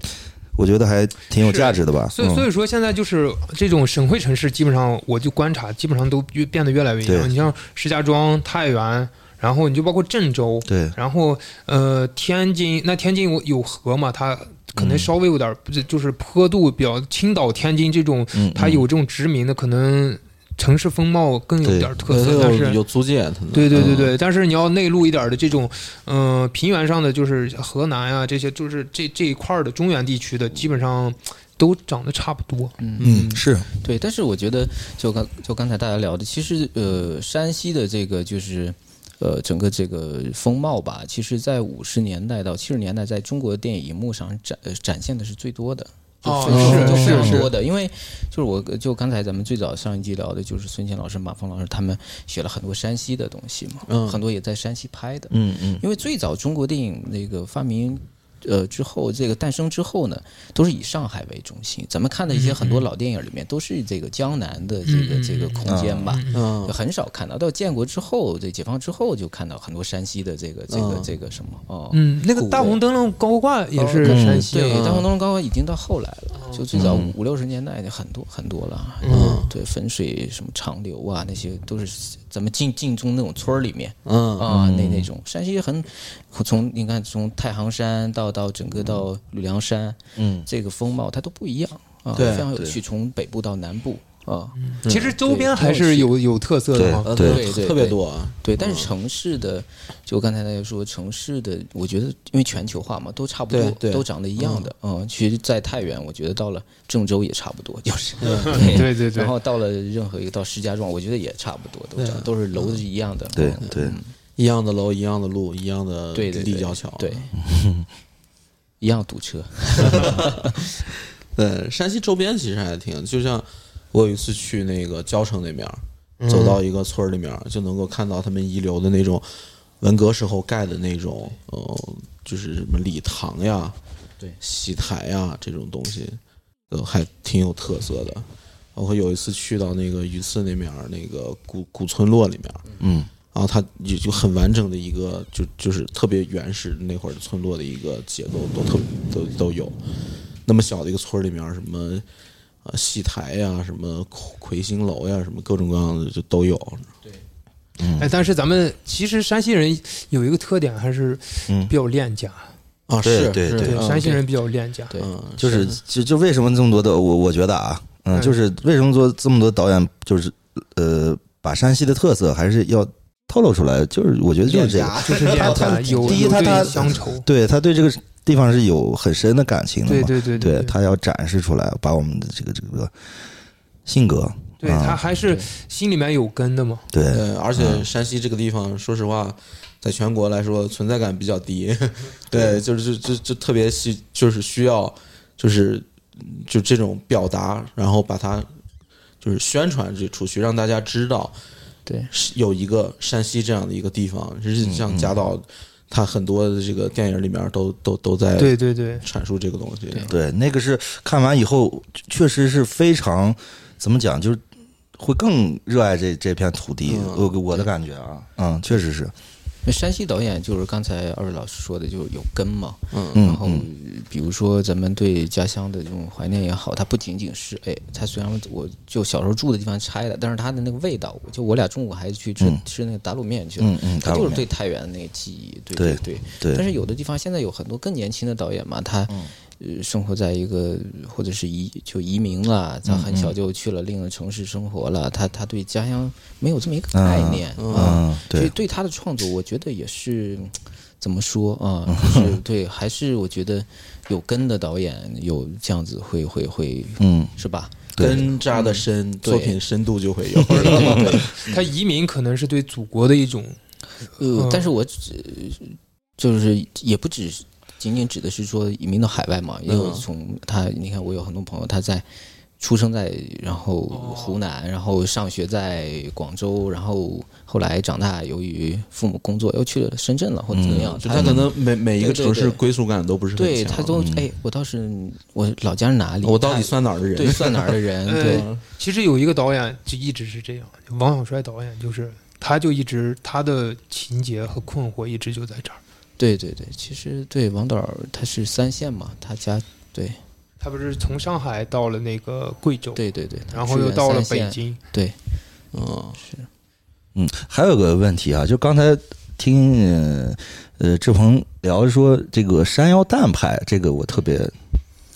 B: 我觉得还挺有价值的吧。嗯
D: 所以所
B: 以
D: 以
A: 嗯
D: 说现在就是这种省会城市，基本上我就观察，基本上都越变得越来越一样。
B: 对
D: 你像石家庄、太原，然后你就包括郑州，
B: 对，
D: 然后呃天津，那天津有河嘛，它可
A: 嗯
D: 能稍微有点儿、不是就是坡度比较，青岛、天津这种
B: 嗯，
D: 它有这种殖民的，可能城市风貌更有点嗯儿特色，但
A: 对它有
D: 是。
A: 有租界，它嗯
D: 对对对对，但是你要内陆一点儿的这种，嗯、平原上的就是河南啊，这些就是这这一块儿的中原地区的，基本上都长得差不多。
B: 嗯是
C: 对，但是我觉得就刚就刚才大家聊的，其实呃，山西的这个就是呃整个这个风貌吧，其实在五十年代到七十年代，在中国电影荧幕上展、呃、展现的是最多的。就
D: 哦
C: 非常
D: 是
C: 就是非常
D: 是
C: 多的，因为就是我就刚才咱们最早上一集聊的，就是孙健老师、马峰老师他们写了很多山西的东西嘛，
A: 嗯
C: 很多也在山西拍的，
B: 嗯嗯
C: 因为最早中国电影那个发明。呃，之后这个诞生之后呢，都是以上海为中心。咱们看的一些很多老电影里面，都是这个江南的这个、
D: 嗯嗯嗯啊
C: 这个空间吧，
A: 嗯
C: 就，很少看到。到建国之后，这解放之后，就看到很多山西的这个这个、
A: 嗯
C: 这个什么哦，
D: 嗯，那个
C: 古
D: 大
C: 味
D: 红灯笼高挂也是
B: 嗯
D: 山西
C: 对，
D: 啊，
C: 大红灯笼高高已经到后来了，就最早
B: 嗯
C: 五六十年代很多很多了。啊
D: 嗯，
C: 对，汾水什么长流啊，那些都是咱们晋晋中那种村儿里面，
A: 嗯
C: 啊，那那种山西很，从你看从太行山到到整个到吕梁山，
B: 嗯，
C: 这个风貌它都不一样啊，
A: 对
C: 非常有
B: 对
C: 趣。从北部到南部，啊，
D: 其实周边还是有有特色的嘛。
A: 呃
B: 对
A: 特
C: 对
A: 特别
C: 对
A: 多啊，
C: 对，但是城市的，就刚才大家说城市的，我觉得因为全球化嘛，都差不多
A: 对，对
C: 都长得一样的。嗯，其实，在太原，我觉得到了郑州也差不多，就是
D: 嗯对对对
C: 然，后到了任何一个到石家庄，我觉得也差不多，都长都是楼是一样的。
B: 对
C: 嗯
B: 对，
A: 一样的楼，一样的路，一样的
C: 对对对
A: 立交桥， (laughs)
C: 对，一样堵车。
A: 对，山西周边其实还挺，就像我有一次去那个交城那边儿，走到一个村儿里面儿，就能够看到他们遗留的那种文革时候盖的那种，呃，就是什么礼堂呀、
C: 对
A: 戏台呀这种东西，呃，还挺有特色的。包括有一次去到那个榆次那面儿那个古古村落里面儿，
B: 嗯
A: 然后它也就很完整的一个，就就是特别原始那会儿的村落的一个结构都特都都有。那么小的一个村儿里面儿，什么呃戏台呀、什么魁魁星楼呀、什么各种各样的就都有。
D: 哎，但是咱们其实山西人有一个特点，还是
B: 嗯
D: 比，较恋家。
A: 啊，
B: 对
A: 是
B: 对
A: 是
D: 对，
A: 嗯
D: 山西人比较恋家。
C: 对，
A: 嗯，
B: 就是就就为什么这么多的我我觉得啊，嗯，
D: 嗯
B: 就是为什么说这么多导演就是呃把山西的特色还是要透露出来，就是我觉得就是这
A: (laughs)
B: 个，
D: 就是恋家，有
B: 第一
D: 有
B: 他他
D: 对乡愁。
B: 对他对这个地方是有很深的感情的
D: 对
B: 嘛，
D: 对对
B: 嗯对
D: 对，
B: 他要展示出来，把我们的这个这个性格，
D: 对
B: 啊
D: 他还是
C: 对
D: 心里面有根的嘛。
B: 对
A: 呃，而且山西这个地方，说实话，在全国来说存在感比较低。 (laughs) 对，就是就就就特别需，就是需要，就是嗯就这种表达，然后把它就是宣传这出去，让大家知道
C: 对
A: 是有一个山西这样的一个地方。就是像贾导，他很多的这个电影里面都都都在
D: 对对对，
A: 阐述这个东西。
C: 对
B: 对，那个是看完以后确实是非常怎么讲，就是会更热爱这这片土地，
A: 嗯
B: 我我的感觉啊，嗯，确实是，
C: 那山西导演就是刚才二位老师说的，就是有根嘛。
A: 嗯，
B: 嗯
C: 然后
B: 嗯，
C: 比如说咱们对家乡的这种怀念也好，它不仅仅是哎，它虽然我就小时候住的地方拆了，但是它的那个味道，就我俩中午还去吃、
B: 嗯
C: 吃那个打卤面去了，
B: 嗯嗯，
C: 它
B: 打
C: 就
B: 卤
C: 是
B: 面
C: 对太原那个记忆，对
B: 对
C: 对。
B: 对，
C: 但是有的地方现在有很多更年轻的导演嘛，他、
B: 嗯
C: 呃生活在一个或者是移就移民了，
B: 嗯
C: 他很小就去了另一个城市生活了，他他对家乡没有这么一个概念、啊。
B: 嗯，
C: 所以
B: 对，
C: 对他的创作，我觉得也是嗯怎么说啊，就是对，还是我觉得有根的导演有这样子会会会
B: 嗯，
C: 是吧？
B: 对，
A: 根扎的深，
C: 对
A: 作品深度就会 (laughs) 有。
D: 他移民可能是对祖国的一种
C: 呃
D: 嗯，
C: 但是我只就是也不只是仅仅指的是说移民到海外嘛，也有
A: 嗯
C: 从他，你看我有很多朋友他在。出生在然后湖南，然后上学在广州，然后后来长大，由于父母工作又去了深圳了，或者怎么样，
A: 就
C: 他
A: 他可能每每一个
C: 对对
A: 城市
C: 对
A: 归属感都不是很
C: 对
A: 强嗯
C: 他都哎，我倒是我老家是哪里？
A: 我到
C: 他
A: 底算哪儿的人？
C: 对算哪儿
A: (laughs)
C: 的人？
D: 呃
C: 对，
D: 其实有一个导演就一直是这样，就王小帅导演就是，他就一直他的情节和困惑一直就在这儿。
C: 对对对，其实对王导儿他是三线嘛，他家对
D: 他不是从上海到了那个贵州，
C: 对对对，他
D: 然后
C: 支
D: 又
C: 援
D: 到了
C: 三
D: 北
C: 线，
D: 京，
C: 对
A: 嗯，
C: 是
B: 嗯，还有个问题啊，就刚才听呃呃志鹏聊说这个山药蛋派，这个我特别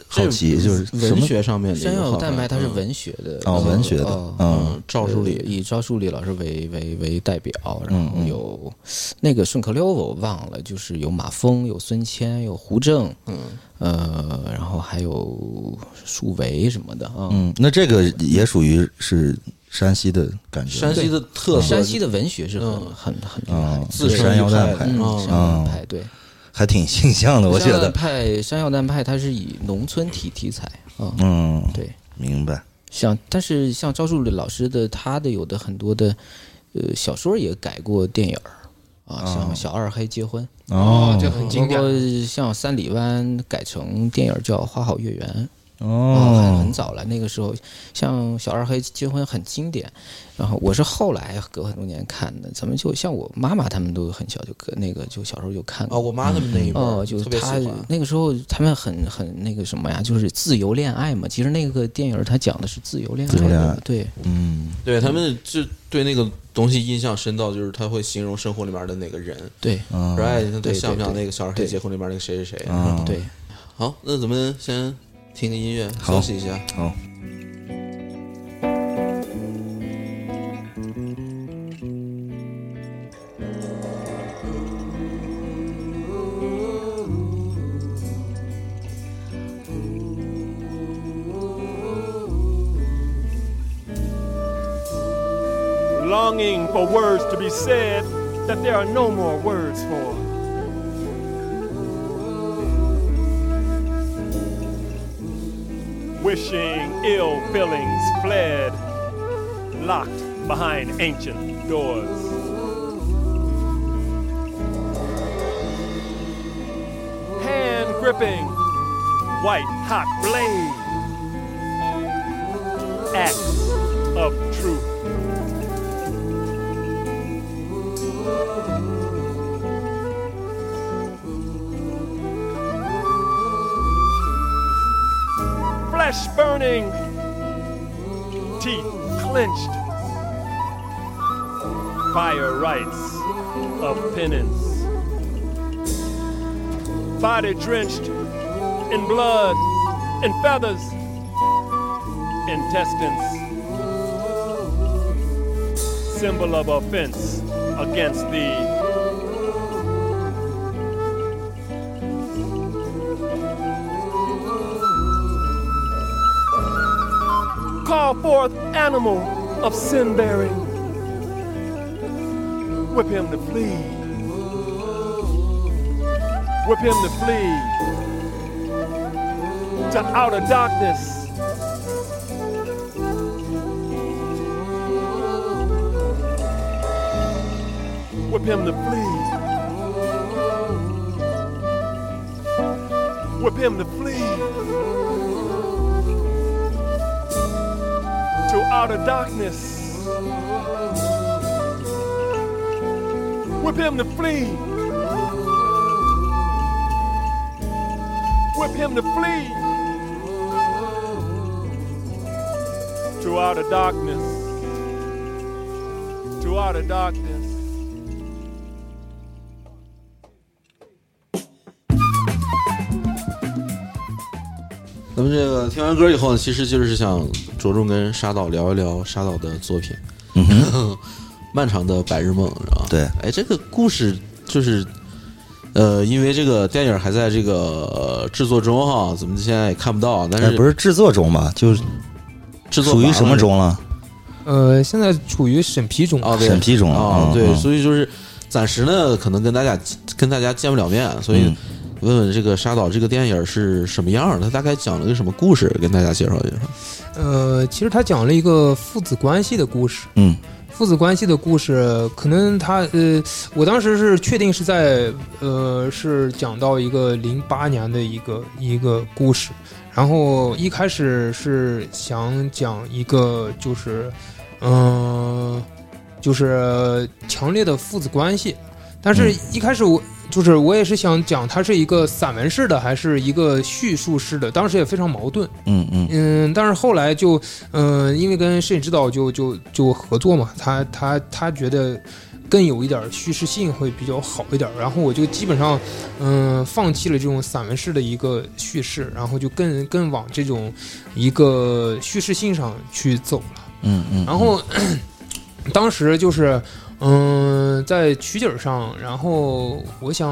B: 好奇，
A: 这
B: 就是什
A: 哎文
B: 么
A: 学上面的一个
C: 山药
A: 好
C: 蛋
A: 看
C: 白它是
A: 嗯
C: 文学的
B: 啊文学的
C: 哦，
B: 嗯
A: 嗯，赵树理
C: 以赵树理老师为为为代表，然
B: 嗯
C: 后
B: 嗯
C: 有那个顺口溜我忘了，就是有马蜂，有孙谦，有胡正，嗯，呃，然后还有树维什么的啊，
B: 嗯，那这个也属于是山西的感觉，
A: 山西的特色，
C: 山西的文学是很
A: 嗯
C: 很很厉害
B: 啊
C: 的，，
A: 自
B: 嗯山
A: 成
B: 药
A: 一
B: 蛋
A: 派
B: 派
A: 嗯
C: 山药派对，
B: 还挺形象的，我觉
C: 山药
B: 得
C: 蛋，派山药蛋派它是以农村体题材啊、
B: 嗯，
C: 对，
B: 明白，
C: 像但是像赵树理老师的他的有的很多的呃小说也改过电影儿啊，
B: 嗯
C: 像小二黑结婚，
A: 啊
C: 嗯
B: 哦
D: 这很
C: 包
D: 经典。
C: 括像三里湾改成电影儿叫《花好月圆》，哦，很
B: 哦
C: 很，早了。那个时候，像小二黑结婚很经典，然后我是后来隔很多年看的。咱们就像我妈妈他们都很小就隔那个就小时候就看
A: 啊，我妈他们那一辈
C: 哦，
A: 儿
C: 就
A: 特别喜
C: 他
A: 欢。
C: 那个时候他们很很那个什么呀，就是自由恋爱嘛。其实那个电影儿它讲的是自由恋爱
B: 自由恋爱
C: 的，对
B: 嗯，
A: 对他们就对那个东西印象深到，就是他会形容生活里面的那个人，
C: 对
D: 嗯
B: 啊
A: 说哎，你看他
C: 对
A: 像不像
C: 对
A: 那个《小二黑结婚》里面那个谁谁谁？
B: 啊，
C: 对。
A: 好，那咱们先听个音乐
B: 好
A: 休息一下。
B: 好。
E: longing for words to be said that there are no more words for. Wishing ill feelings fled, locked behind ancient doors. Hand gripping, white hot blade, axe of truth. flesh burning, teeth clenched, fire rites of penance, body drenched in blood and feathers, intestines, symbol of offense against thee. call forth animal of sin bearing. Whip him to flee. Whip him to flee to outer darkness. Whip him to flee. Whip him to flee. to outer darkness. Whip him to flee. Whip him to flee to outer darkness. To outer darkness.
A: 咱们这个听完歌以后呢，其实就是想着重跟沙岛聊一聊沙岛的作品，嗯 (laughs) 漫长的白日梦》是吧？
B: 对
A: 哎，这个故事就是，呃，因为这个电影还在这个、呃制作中哈，咱们现在也看不到，啊但
B: 哎，
A: 是
B: 不是制作中吧？就是
A: 制作啊
B: 属于
A: 完
B: 什么
A: 了
B: 中了？
D: 呃，现在处于审批中，
A: 哦，对
B: 审批中了。
A: 啊、
B: 嗯
A: 对，
B: 嗯
A: 所以就是暂时呢，可能跟大家跟大家见不了面，所以
B: 嗯
A: 问问这个沙岛这个电影是什么样儿，它大概讲了个什么故事，跟大家介绍介绍。
D: 呃，其实他讲了一个父子关系的故事。
B: 嗯
D: 父子关系的故事，可能他呃，我当时是确定是在呃，是讲到一个零八年的一个一个故事，然后一开始是想讲一个就是嗯、呃就是强烈的父子关系，但是
B: 嗯
D: 一开始我。就是我也是想讲，它是一个散文式的还是一个叙述式的，当时也非常矛盾。
B: 嗯嗯
D: 嗯，但是后来就，嗯、因为跟摄影指导就就就合作嘛，他他他觉得更有一点儿叙事性会比较好一点儿，然后我就基本上，嗯、放弃了这种散文式的一个叙事，然后就更更往这种一个叙事性上去走了。
B: 嗯嗯。
D: 然后 (clears throat) 当时就是，嗯、在曲景上，然后我想，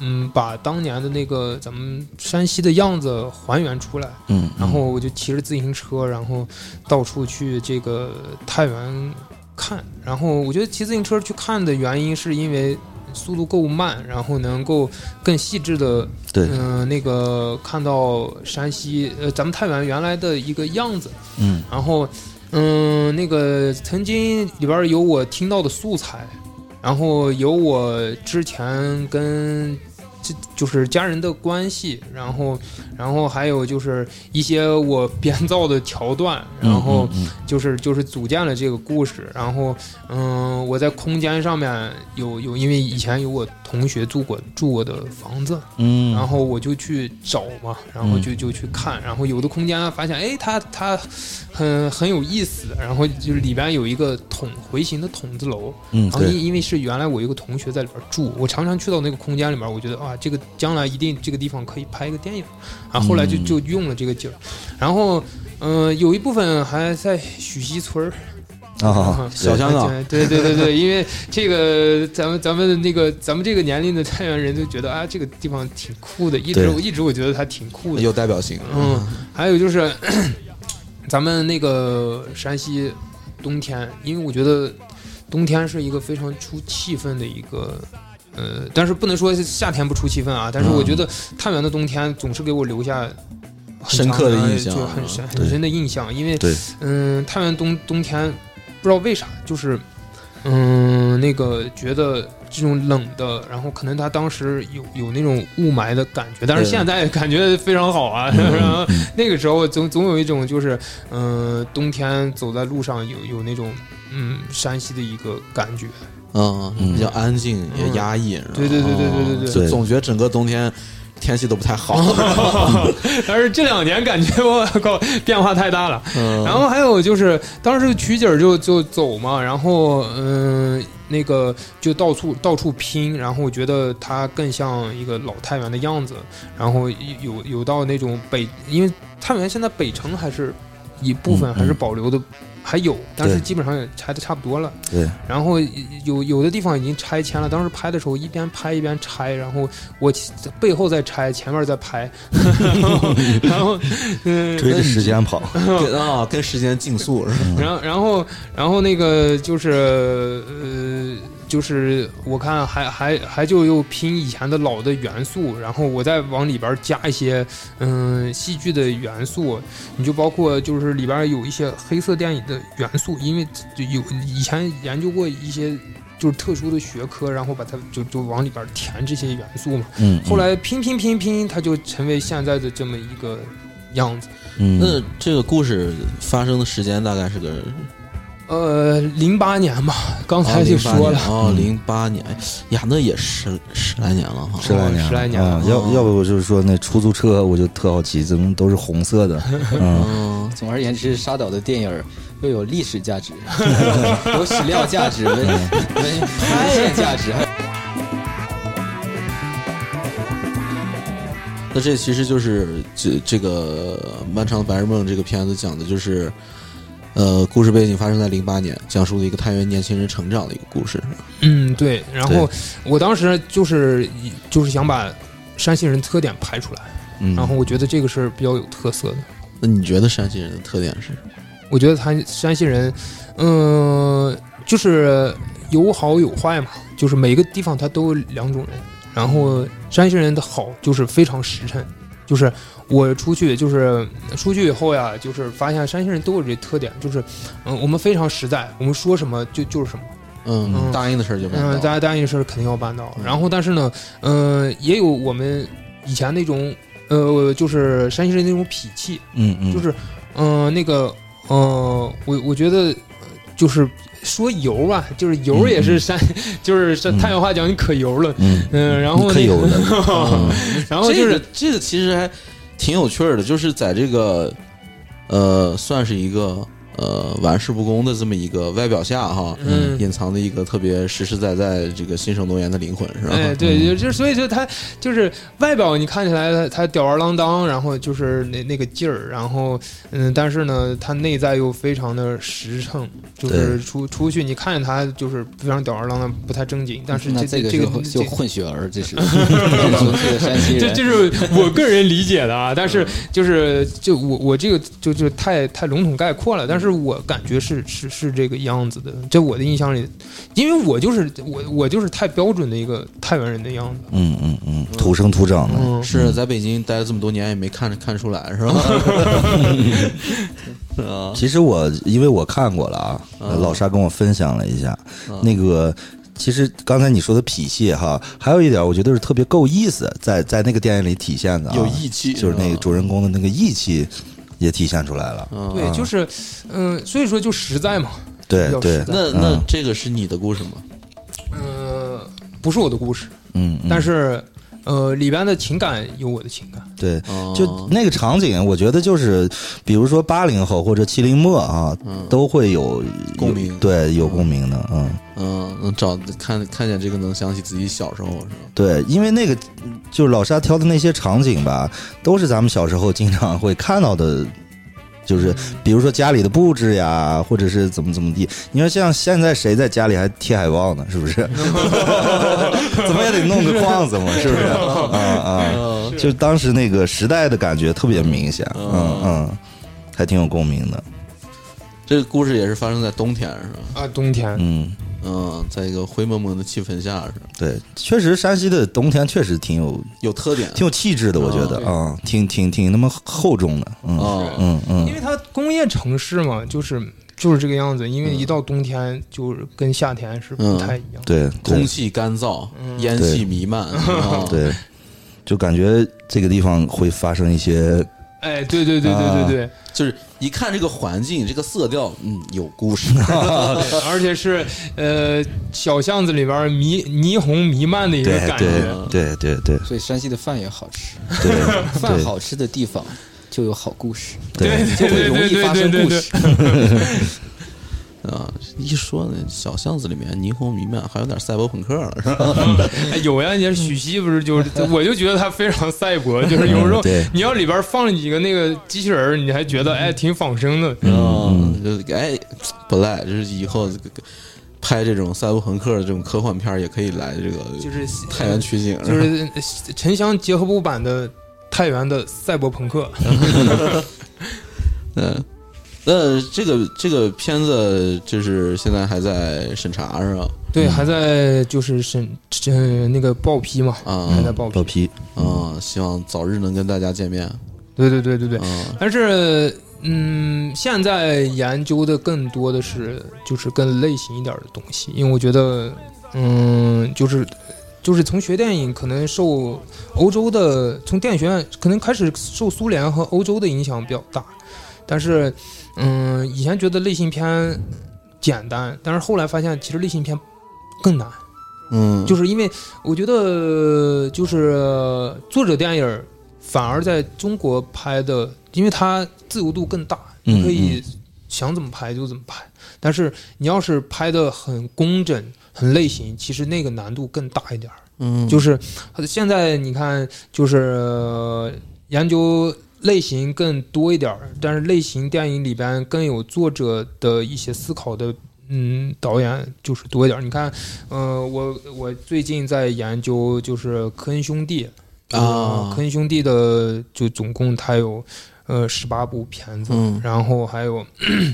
D: 嗯，把当年的那个咱们山西的样子还原出来。
B: 嗯，嗯
D: 然后我就骑着自行车，然后到处去这个太原看。然后我觉得骑自行车去看的原因，是因为速度够慢，然后能够更细致的，
B: 对
D: 嗯、那个看到山西，呃，咱们太原原来的一个样子。
B: 嗯
D: 然后，嗯，那个曾经里边有我听到的素材，然后有我之前跟这就是家人的关系，然后，然后还有就是一些我编造的桥段，然后
B: 嗯
D: 就是就是组建了这个故事，然后，嗯，我在空间上面有有，因为以前有我同学住过住过的房子，
B: 嗯，
D: 然后我就去找嘛，然后就就去看，然后有的空间发现，哎，它它很很有意思，然后就是里边有一个筒回形的筒子楼，
B: 嗯
D: 然后
B: 对
D: 因因为是原来我一个同学在里边住，我常常去到那个空间里边，我觉得啊，这个将来一定这个地方可以拍一个电影，然后后来就
B: 嗯
D: 就用了这个景儿，然后嗯、呃有一部分还在许溪村儿，
B: 啊，
A: 小香港
D: 嗯 (laughs) 对对对对，因为这个咱们咱们那个咱们这个年龄的太原人就觉得啊，这个地方挺酷的，一直
B: 对
D: 我一直我觉得它挺酷的。
A: 有代表性。
D: 嗯，还有就是咳咱们那个山西冬天，因为我觉得冬天是一个非常出气氛的一个。呃，但是不能说夏天不出气氛啊，但是
A: 嗯
D: 我觉得太原的冬天总是给我留下很
A: 深刻的
D: 长
A: 印象啊
D: 就很深
B: 对
D: 很深的印象，因为
B: 对
D: 嗯，太原冬冬天不知道为啥，就是嗯，那个觉得这种冷的，然后可能他当时有有那种雾霾的感觉，但是
A: 对
D: 现在感觉非常好啊。然后那个时候总总有一种就是嗯、冬天走在路上有有那种嗯山西的一个感觉，
A: 嗯，
B: 嗯
A: 比较安静也压抑，是吧
D: 嗯对对对对对对对
A: 就总觉得整个冬天天气都不太好，
D: 但是这两年感觉我靠变化太大了。
A: 嗯
D: 然后还有就是，当时取景儿就就走嘛，然后嗯、那个就到处到处拼，然后我觉得它更像一个老太原的样子，然后有有到那种北，因为太原现在北城还是一部分
B: 嗯
D: 还是保留的。还有，但是
B: 对
D: 基本上也拆的差不多了。
B: 对，
D: 然后有有的地方已经拆迁了。当时拍的时候，一边拍一边拆，然后我背后在拆，前面在
B: (laughs)
D: 拍， (laughs) 然后嗯，
B: (laughs) 追着时间跑，
A: (laughs) 跟啊跟时间竞速是吧？
D: 然后，然后，然后那个就是呃，就是我看还还还就又拼以前的老的元素，然后我再往里边加一些嗯、戏剧的元素，你就包括就是里边有一些黑色电影的元素，因为就有以前研究过一些就是特殊的学科，然后把它就就往里边填这些元素嘛。
B: 嗯，
D: (laughs) 后来拼拼拼拼，它就成为现在的这么一个样子。
B: 嗯，
A: 那这个故事发生的时间大概是个
D: 呃，零八年吧，刚才就
A: 08
D: 说了
A: 年。哦，
B: 嗯
A: 零八年，哎呀，那也十十来年了哈，
B: 十来年了，
D: 十来年了嗯
B: 啊要要不我就是说那出租车，我就特好奇，怎么都是红色
D: (laughs)
B: 的？嗯，
A: 嗯，
C: 总而言之，沙岛的电影儿又有历史 (laughs) 价值，有史料价值，文文文献价 (laughs) 值，还
A: 那这其实就是这这个《漫长的白日梦》这个片子讲的就是，呃，故事背景发生在零八年，讲述了一个太原年轻人成长的一个故事。
D: 嗯，对。然后我当时就是以就是想把山西人特点排出来，
B: 嗯
D: 然后我觉得这个是比较有特色的。
A: 那你觉得山西人的特点是？
D: 我觉得他山西人，嗯、就是有好有坏嘛，就是每个地方他都有两种人。然后山西人的好就是非常实诚，就是我出去就是出去以后呀，就是发现山西人都有这特点，就是嗯，我们非常实在，我们说什么就就是什么。
A: 嗯，
D: 嗯
A: 答应的事儿就办到
D: 嗯、大家答应是肯定要办到。
A: 嗯
D: 然后，但是呢，嗯，也有我们以前那种，呃，就是山西人那种痞气，
B: 嗯嗯，
D: 就是，嗯、那个，呃，我我觉得，呃就是说油吧，就是油也是山， (laughs) 就是山太原话讲，你可油了。
B: 嗯
D: 嗯，然后
B: 可
D: 那
B: 有
D: 个， (laughs)
B: 的，
D: 然后就是
A: 这个、这个其实还挺有趣儿的，就是在这个呃，算是一个呃玩世不恭的这么一个外表下哈，
D: 嗯
A: 隐藏的一个特别实实在在这个新生农园的灵魂是吧？
D: 哎，对，
C: 嗯
D: 就就所以就他就是外表你看起来他他吊儿郎当，然后就是那那个劲儿，然后嗯，但是呢，他内在又非常的实诚，就是出出去你看见他就是非常吊儿郎当，不太正经，但是
C: 那这
D: 这
C: 个
D: 这
C: 就
D: 个
C: 就混血儿，
D: (laughs)
C: 这是这是纯粹的山西
D: 这
C: 人嗯
D: 这。是我个人理解的啊，但是就是就我我这个就就太太笼统概括了，但是我感觉是是是这个样子的，在我的印象里，因为我就是我我就是太标准的一个太原人的样子，
B: 嗯嗯嗯，土生土长的，
D: 嗯，
A: 是在北京待了这么多年也没看看出来是吧？
B: 嗯 (laughs)
A: 啊，
B: 其实我因为我看过了啊，
A: 嗯
B: 老沙跟我分享了一下，
A: 嗯
B: 那个其实刚才你说的痞气哈，还有一点我觉得是特别够意思，在在那个电影里体现的、啊，
A: 有义气
B: 就是那个主人公的那个义气也体现出来了。
A: 嗯
D: 对，就是嗯、所以说就实在嘛，
B: 对
D: 要
B: 对
D: 实，在
A: 那那
B: 嗯
A: 这个是你的故事吗？
D: 嗯、不是我的故事，
B: 嗯，嗯
D: 但是呃里边的情感有我的情感，
B: 对。
A: 哦
B: 就那个场景，我觉得就是，比如说八零后或者七零末啊，
A: 嗯
B: 都会有
A: 共鸣
B: 有对，有共鸣的，嗯，
A: 嗯，能找看看见这个能想起自己小时候是吧？
B: 对，因为那个就是老沙挑的那些场景吧，都是咱们小时候经常会看到的，就是比如说家里的布置呀，或者是怎么怎么地。你说像现在谁在家里还贴海报呢？是不是？怎么也得弄个框子嘛，是不是？啊啊！
A: 嗯
B: 就当时那个时代的感觉特别明显，嗯嗯，还挺有共鸣的，
A: 这个故事也是发生在冬天是吧？
D: 啊，冬天，
B: 嗯
A: 嗯，在一个灰蒙蒙的气氛下是
B: 对，确实山西的冬天确实挺有
A: 有特点，
B: 挺有气质的，我觉得啊、挺挺挺那么厚重的，嗯、
A: 哦
B: 嗯
D: 因
B: 嗯，
D: 为它工业城市嘛，就是就是这个样子。
B: 嗯
D: 因为一到冬天，就是跟夏天是不太一样。
B: 对，
A: 空
B: 对
A: 气干燥，烟气弥漫，啊，
B: 对，就感觉这个地方会发生一些，
D: 哎，对对对对对对，
A: 就是一看这个环境，这个色调，嗯，有故事，
B: 啊
D: 对 (laughs) 而且是呃小巷子里边儿迷霓虹弥漫的一个
B: 对
D: 感
B: 对
D: 觉。
B: 对对对
C: 所以山西的饭也好
B: (laughs)
C: 吃，
B: 对
D: (laughs)
C: 饭好吃的地方就有好故事，
B: 对
C: 就会容易发生故事。
A: 啊，一说呢，小巷子里面霓虹弥漫，还有点赛博朋克了，是吧？
D: 哎有呀，你看许昕不是就是，我就觉得他非常赛博，就是有时候
B: 嗯对
D: 你要里边儿放几个那个机器人儿，你还觉得哎挺仿生的。
A: 嗯， (laughs) 就是哎，不赖，就是以后拍这种赛博朋克的这种科幻片儿也可以来这个
D: 就是
A: 太原取景，
D: 就是
A: 吧
D: 是沉香结合部版的太原的赛博朋克，
A: 嗯。那这个这个片子就是现在还在审查是吧？
D: 对，还在就是审审那个报批嘛，
A: 啊、
D: 还在报批
B: 爆，嗯皮，
A: 啊、希望早日能跟大家见面。
D: 对对对对对。
A: 嗯
D: 但是，嗯，现在研究的更多的是就是更类型一点的东西，因为我觉得，嗯，就是就是从学电影可能受欧洲的，从电影学院可能开始受苏联和欧洲的影响比较大，但是，嗯，以前觉得类型片简单，但是后来发现其实类型片更难。
A: 嗯，
D: 就是因为我觉得，就是作者电影儿反而在中国拍的，因为它自由度更大，
B: 嗯
D: 你可以想怎么拍就怎么拍。但是你要是拍的很工整、很类型，其实那个难度更大一点儿。
A: 嗯
D: 就是现在你看，就是呃研究类型更多一点儿，但是类型电影里边更有作者的一些思考的。嗯，导演就是多一点儿。你看，呃，我我最近在研究就是科恩兄弟呃
A: 啊
D: 科恩兄弟的就总共他有呃十八部片子，
A: 嗯
D: 然后还有 (coughs)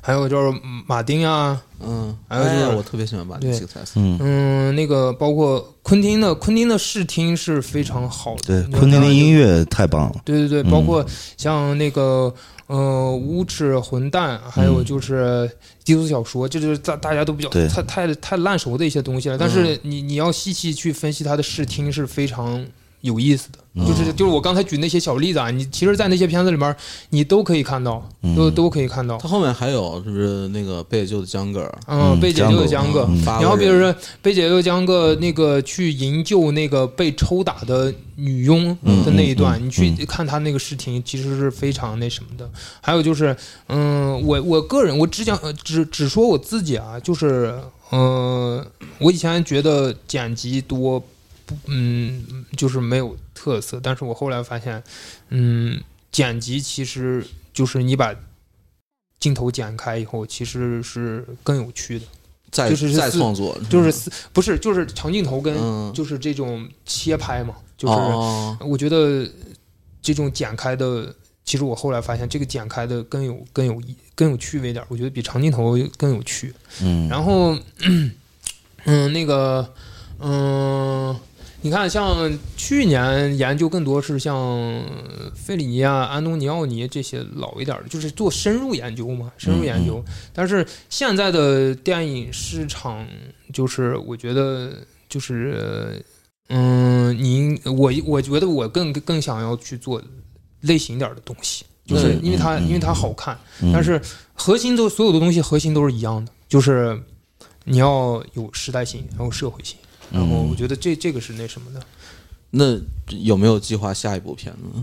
D: 还有就是马丁啊，
A: 嗯，
D: 还有就是
A: 哎我特别喜欢把这
D: 对
A: 几个台词，
B: 嗯，
D: 嗯，那个包括昆汀的，昆汀的视听是非常好的。
B: 对，
D: 你看
B: 昆汀
D: 他
B: 的
D: 就
B: 音。乐太棒了，
D: 对对
B: 嗯
D: 对，包括像那个呃无耻混蛋，还有就是低俗小说，这就是大大家都比较
B: 嗯对嗯
D: 太太太烂熟的一些东西了。但是你你要细细去分析他的视听是非常。有意思的，
B: 嗯
D: 就是就是我刚才举那些小例子啊，你其实，在那些片子里面，你都可以看到，
B: 嗯
D: 都都可以看到
A: 他。后面还有就是那个贝救的江哥，
D: 嗯，被解救的江哥，
A: 法国
D: 然后比如
A: 人
D: 说被解救江个那个去营救那个被抽打的女佣的那一段，
B: 嗯嗯
D: 你去看他那个视频，其实是非常那什么的。还有就是，嗯，我我个人我只讲呃只只说我自己啊，就是呃，我以前觉得剪辑多不嗯就是没有特色，但是我后来发现，嗯，剪辑其实就是你把。镜头剪开以后，其实是更有趣的。
A: 再
D: 就是
A: 再
D: 四
A: 创作，
D: 就是四不是就是长镜头跟
A: 嗯，
D: 就是这种切拍嘛，就是
A: 哦
D: 我觉得这种剪开的，其实我后来发现这个剪开的更有更有意更有趣味一点，我觉得比长镜头更有趣。
B: 嗯，
D: 然后， (clears throat) 嗯，那个，嗯，你看，像去年研究更多是像费里尼啊、安东尼奥尼这些老一点的，就是做深入研究嘛，深
B: 嗯
D: 入研究。但是现在的电影市场，就是我觉得就是，嗯，您我我觉得我更更想要去做类型一点的东西。就是因为它，
B: 嗯嗯
D: 因为它好看，
B: 嗯
D: 但是核心都所有的东西核心都是一样的，就是你要有时代性，然后社会性，
B: 嗯
D: 然后我觉得这这个是那什么的。
A: 那有没有计划下一部片子？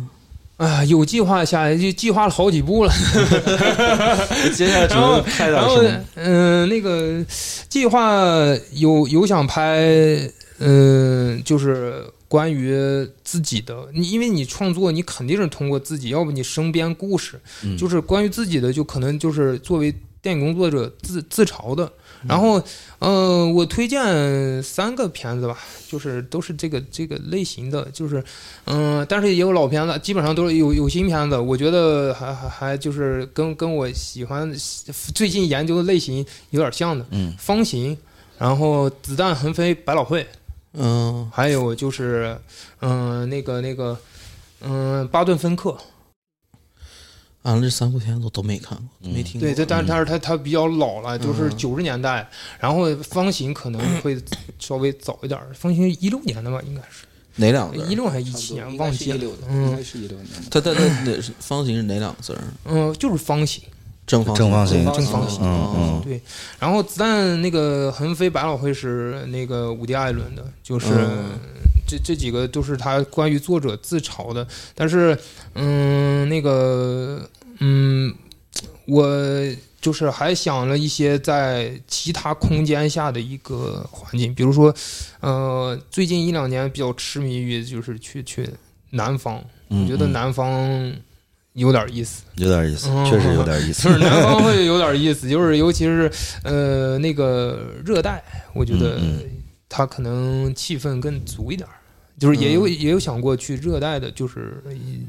D: 啊，有计划下来就计划了好几步了，
A: 接下来准
D: 然后
A: 备拍点
D: 然后
A: 什么？
D: 嗯、那个计划有有想拍，嗯、就是关于自己的，你因为你创作，嗯
A: 嗯
D: 你肯定是通过自己，要不你身边故事，就是关于自己的，就可能就是作为电影工作者自自嘲的。然后，呃，我推荐三个片子吧，就是都是这个这个类型的，就是，嗯、但是也有老片子，基本上都是有有新片子。我觉得还还还就是跟跟我喜欢最近研究的类型有点像的，
B: 嗯，
D: 方形，然后子弹横飞百老汇，
A: 嗯，
D: 还有就是，嗯、那个那个，嗯、巴顿芬克，
A: 俺啊这三部片子我都没看过，
B: 嗯
A: 没听过。
D: 对，这但
B: 嗯
D: 但是它它比较老了，就是
A: 嗯
D: 九十年代，然后方形可能
C: (coughs)
D: 会稍微早一点儿，方形一六年的吧，应该是
A: 哪两个字
D: 一
A: 儿？
D: 六还是一七年，忘记
C: 一
D: 了。
C: 六的，
D: 嗯
C: 应该是一六年的。
A: 他他他哪是方形是哪两个字儿？
D: 嗯，就是方形。
A: 正方
B: 正方
A: 形
B: 形，
D: 正方形
B: 嗯
A: 哦
D: 对，然后子弹那个横飞百老汇是那个伍迪·艾伦的，就是、
A: 嗯
D: 这这几个都是他关于作者自嘲的。但是，嗯，那个，嗯，我就是还想了一些在其他空间下的一个环境，比如说，呃，最近一两年比较痴迷于就是去去南方，
B: 嗯，
D: 我觉得
B: 嗯
D: 南方有点意思。
B: 有点意思
D: 嗯，
B: 确实有点意思
D: 就。是南方会有点意思，就是尤其是呃那个热带，我觉得
B: 嗯
D: 它可能气氛更足一点儿。就是也
B: 嗯
D: 有、也有想过去热带的，就是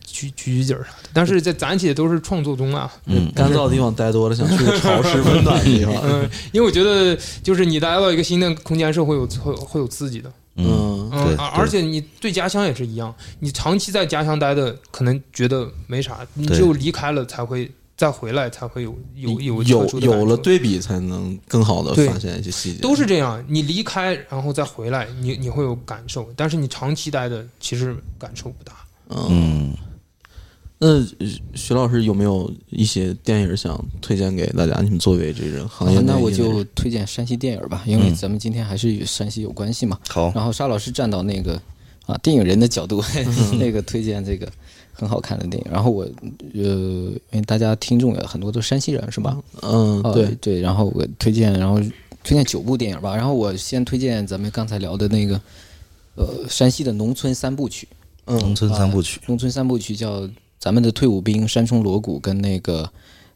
D: 去取取景儿啥的，但是在咱起都是创作中啊，
B: 嗯，
A: 干燥的地方待多了，想去个潮湿温暖的地
B: 啊
A: 方。
D: 嗯、因为我觉得就是你来到一个新的空间是会有会有会有刺激的，
B: 嗯，
A: 嗯，
D: 嗯
B: 对，
D: 而
B: 对
D: 而且你对家乡也是一样，你长期在家乡待的，可能觉得没啥，你
B: 对
D: 只有离开了才会再回来才会有有有特殊
A: 有
D: 的感
A: 有了
D: 受
A: 对比，才能更好的
D: 对
A: 发现一些细节。
D: 都是这样，你离开然后再回来，你你会有感受，但是你长期待的其实感受不大。
A: 嗯。
B: 嗯，
A: 那呃徐老师有没有一些电影想推荐给大家？你们作为这个
B: 哦
A: 行业
C: 好
A: 内，
C: 啊那我
A: 业内
C: 就
A: 人
C: 推荐山西电影吧，因为
B: 嗯哦
C: 咱们今天还是与山西有关系嘛。
B: 好，
C: 然后沙老师站到那个啊电影人的角度，
B: 嗯
C: (laughs) 那个推荐这个很好看的电影。然后我呃，因为大家听众也很多都是山西人是吧？
A: 嗯，
C: 呃
A: 对，
C: 对，然后我推荐，然后推荐九部电影吧。然后我先推荐咱们刚才聊的那个呃山西的农村三部曲，
B: 农
A: 嗯
B: 村三部曲，
C: 农村三部曲叫咱们的退伍兵、山冲锣鼓跟那个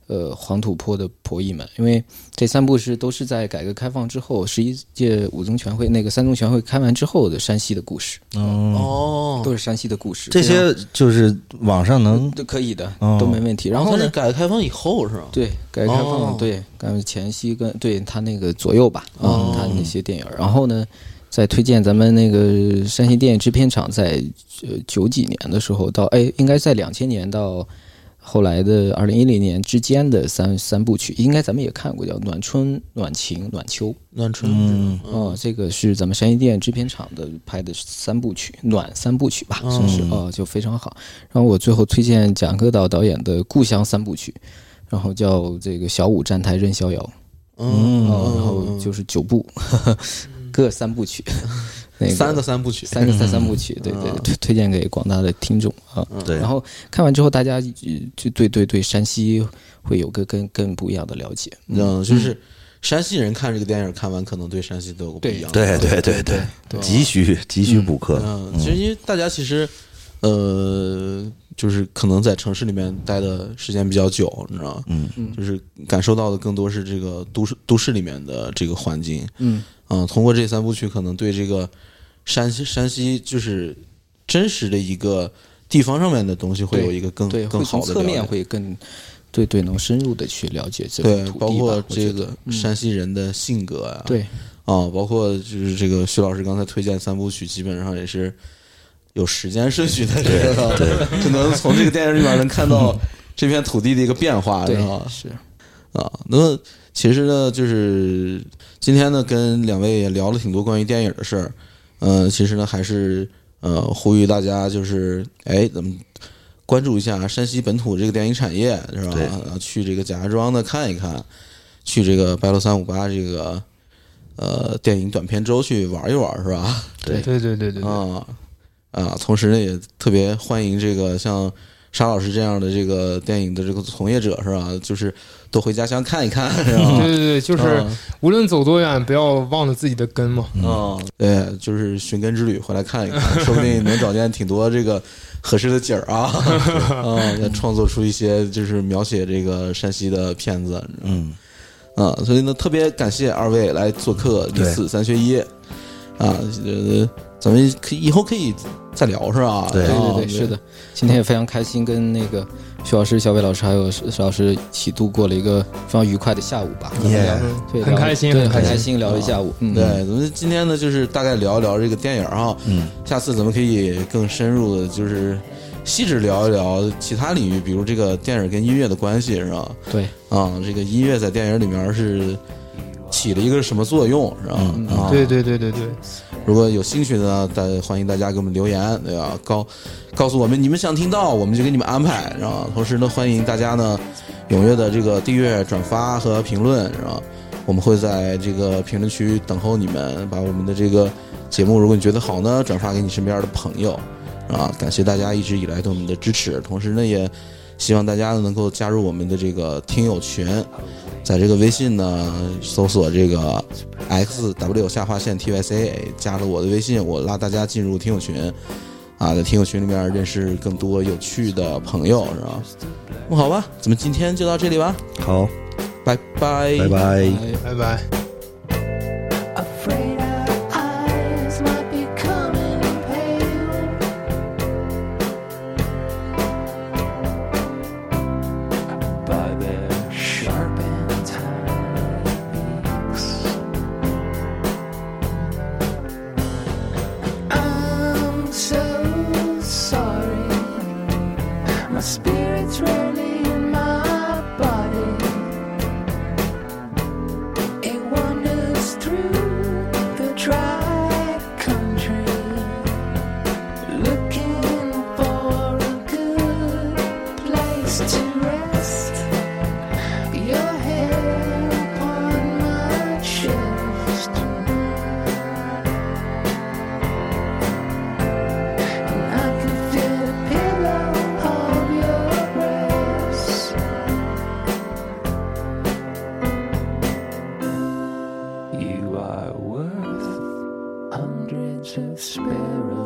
C: 呃黄土坡的婆姨们，因为这三部是都是在改革开放之后，十一届五中全会那个三中全会开完之后的山西的故事，
B: 嗯，
A: 哦
C: 都，是山西的故事。呃
B: 这些就是网上能
C: 都可以的，
B: 哦
C: 都没问题。然
A: 然后
C: 后
A: 是
C: 呢？
A: 改革开放以后是吧？
C: 对，改革开放、
A: 啊哦
C: 对，改革前夕跟对他那个左右吧，啊、
A: 哦
C: 他那些电影儿。然后呢，再推荐咱们那个山西电影制片厂在呃九几年的时候到哎，应该在两千年到后来的二零一零年之间的三三部曲，应该咱们也看过，叫《暖春》《暖晴》《暖秋》。
A: 暖春，
B: 嗯
C: 哦，这个是咱们山西电影制片厂的拍的三部曲，暖三部曲吧，
A: 嗯
C: 算是哦，就非常好。然后我最后推荐蒋克导导演的《故乡三部曲》，然后叫这个小五站台任逍遥，
A: 嗯，
C: 哦，然
A: 嗯
C: 后就是九部， (laughs) 各三部曲， (laughs) 那个
A: 三个三部曲，
C: 三个三三部曲，对对
A: 嗯
C: 对，推推荐给广大的听众啊。
D: 嗯
B: 对
C: 然，后看完之后，大家呃就对对对山西会有个更更不一样的了解。
A: 嗯，就是山西人看这个电影，看完可能对山西都有个不一样的
B: 对对对对，
A: 对
B: 急需急需补课，
A: 嗯，其实因为大家其实，呃，就是可能在城市里面待的时间比较久，你知道吗？
B: 嗯
A: 就是感受到的更多是这个都市都市里面的这个环境。
C: 嗯
A: 嗯，通过这三部曲，可能对这个山西山西就是真实的一个地方上面的东西会有一个更
C: 对，
A: 嗯更
C: 会
A: 好
C: 从
A: 的
C: 侧面
A: 了解
C: 会更，对对，能深入的去了解这
A: 对
C: 个，土地
A: 包括
C: 吧我
A: 这
C: 觉得嗯
A: 个山西人的性格啊，
C: 对
A: 啊，包括就是这个徐老师刚才推荐三部曲，基本上也是有时间顺序的，这个 (laughs) 可能从这个电影里面能看到这片土地的一个变化，是吧
C: 对？是，
A: 啊，那其实呢，就是今天呢，跟两位也聊了挺多关于电影的事儿。嗯，其实呢，还是呃，呼吁大家就是，哎，咱们关注一下山西本土这个电影产业，是吧？
B: 对
A: 然后去这个贾家庄呢看一看，去这个白鹿三五八这个呃电影短片周去玩一玩，是吧？
B: 对
D: 对对对对对，
A: 啊啊，同时呢，也特别欢迎这个像沙老师这样的这个电影的这个从业者是吧？就是多回家乡看一看是
D: 对
A: 吧？
D: 对对， (laughs) 就是
A: 嗯
D: 无论走多远，不要忘了自己的根嘛。
A: 啊，对，就是寻根之旅回来看一看，说不定能找见挺多这个合适的景儿啊， (laughs) 啊，再创作出一些就是描写这个山西的片子，
B: 嗯
A: 啊，所以呢，特别感谢二位来做客，
B: 对
A: 历次三学一，啊，呃，咱们可以以后可以再聊是吧？
B: 对
C: 对
A: 啊
C: 对对，是的。，今天也非常开心，跟那个徐老师、小伟老师还有石老师一起度过了一个非常愉快的下午吧。
B: 耶，
C: 对，
D: 很
C: 聊
D: 开心
C: 对，
D: 很开
C: 很
D: 心
C: 开心，聊了一下午。嗯，
A: 啊对，咱们今天呢，就是大概聊一聊这个电影儿哈，
B: 嗯，
A: 下次咱们可以更深入的，就是细致聊一聊其他领域，比如这个电影跟音乐的关系是吧？
C: 对，
A: 啊，这个音乐在电影里面是起了一个什么作用是吧？啊，
D: 对对对对对，
A: 如果有兴趣的呢，大欢迎大家给我们留言，对吧？告告诉我们你们想听到，我们就给你们安排，然后同时呢，欢迎大家呢踊跃的这个订阅、转发和评论，然后我们会在这个评论区等候你们，把我们的这个节目，如果你觉得好呢，转发给你身边的朋友，啊，感谢大家一直以来对我们的支持，同时呢也。希望大家能够加入我们的这个听友群，啊在这个微信呢搜索这个 xw 下划线 tyca，加了我的微信，我拉大家进入听友群，啊，在听友群里面认识更多有趣的朋友，是吧？那嗯么好吧，咱们今天就到这里吧，
B: 好，
A: 拜拜，
B: 拜拜。
D: 拜拜。
F: Afraid our eyes might be coming pale.
G: by their sharpened tongues.
F: I'm so sorry. My spirit's really in my body. It wanders through the dry country, looking for a good place to rest. Your head upon my chest. I can feel the pillow on your breast.
G: You are worth hundreds of sparrows.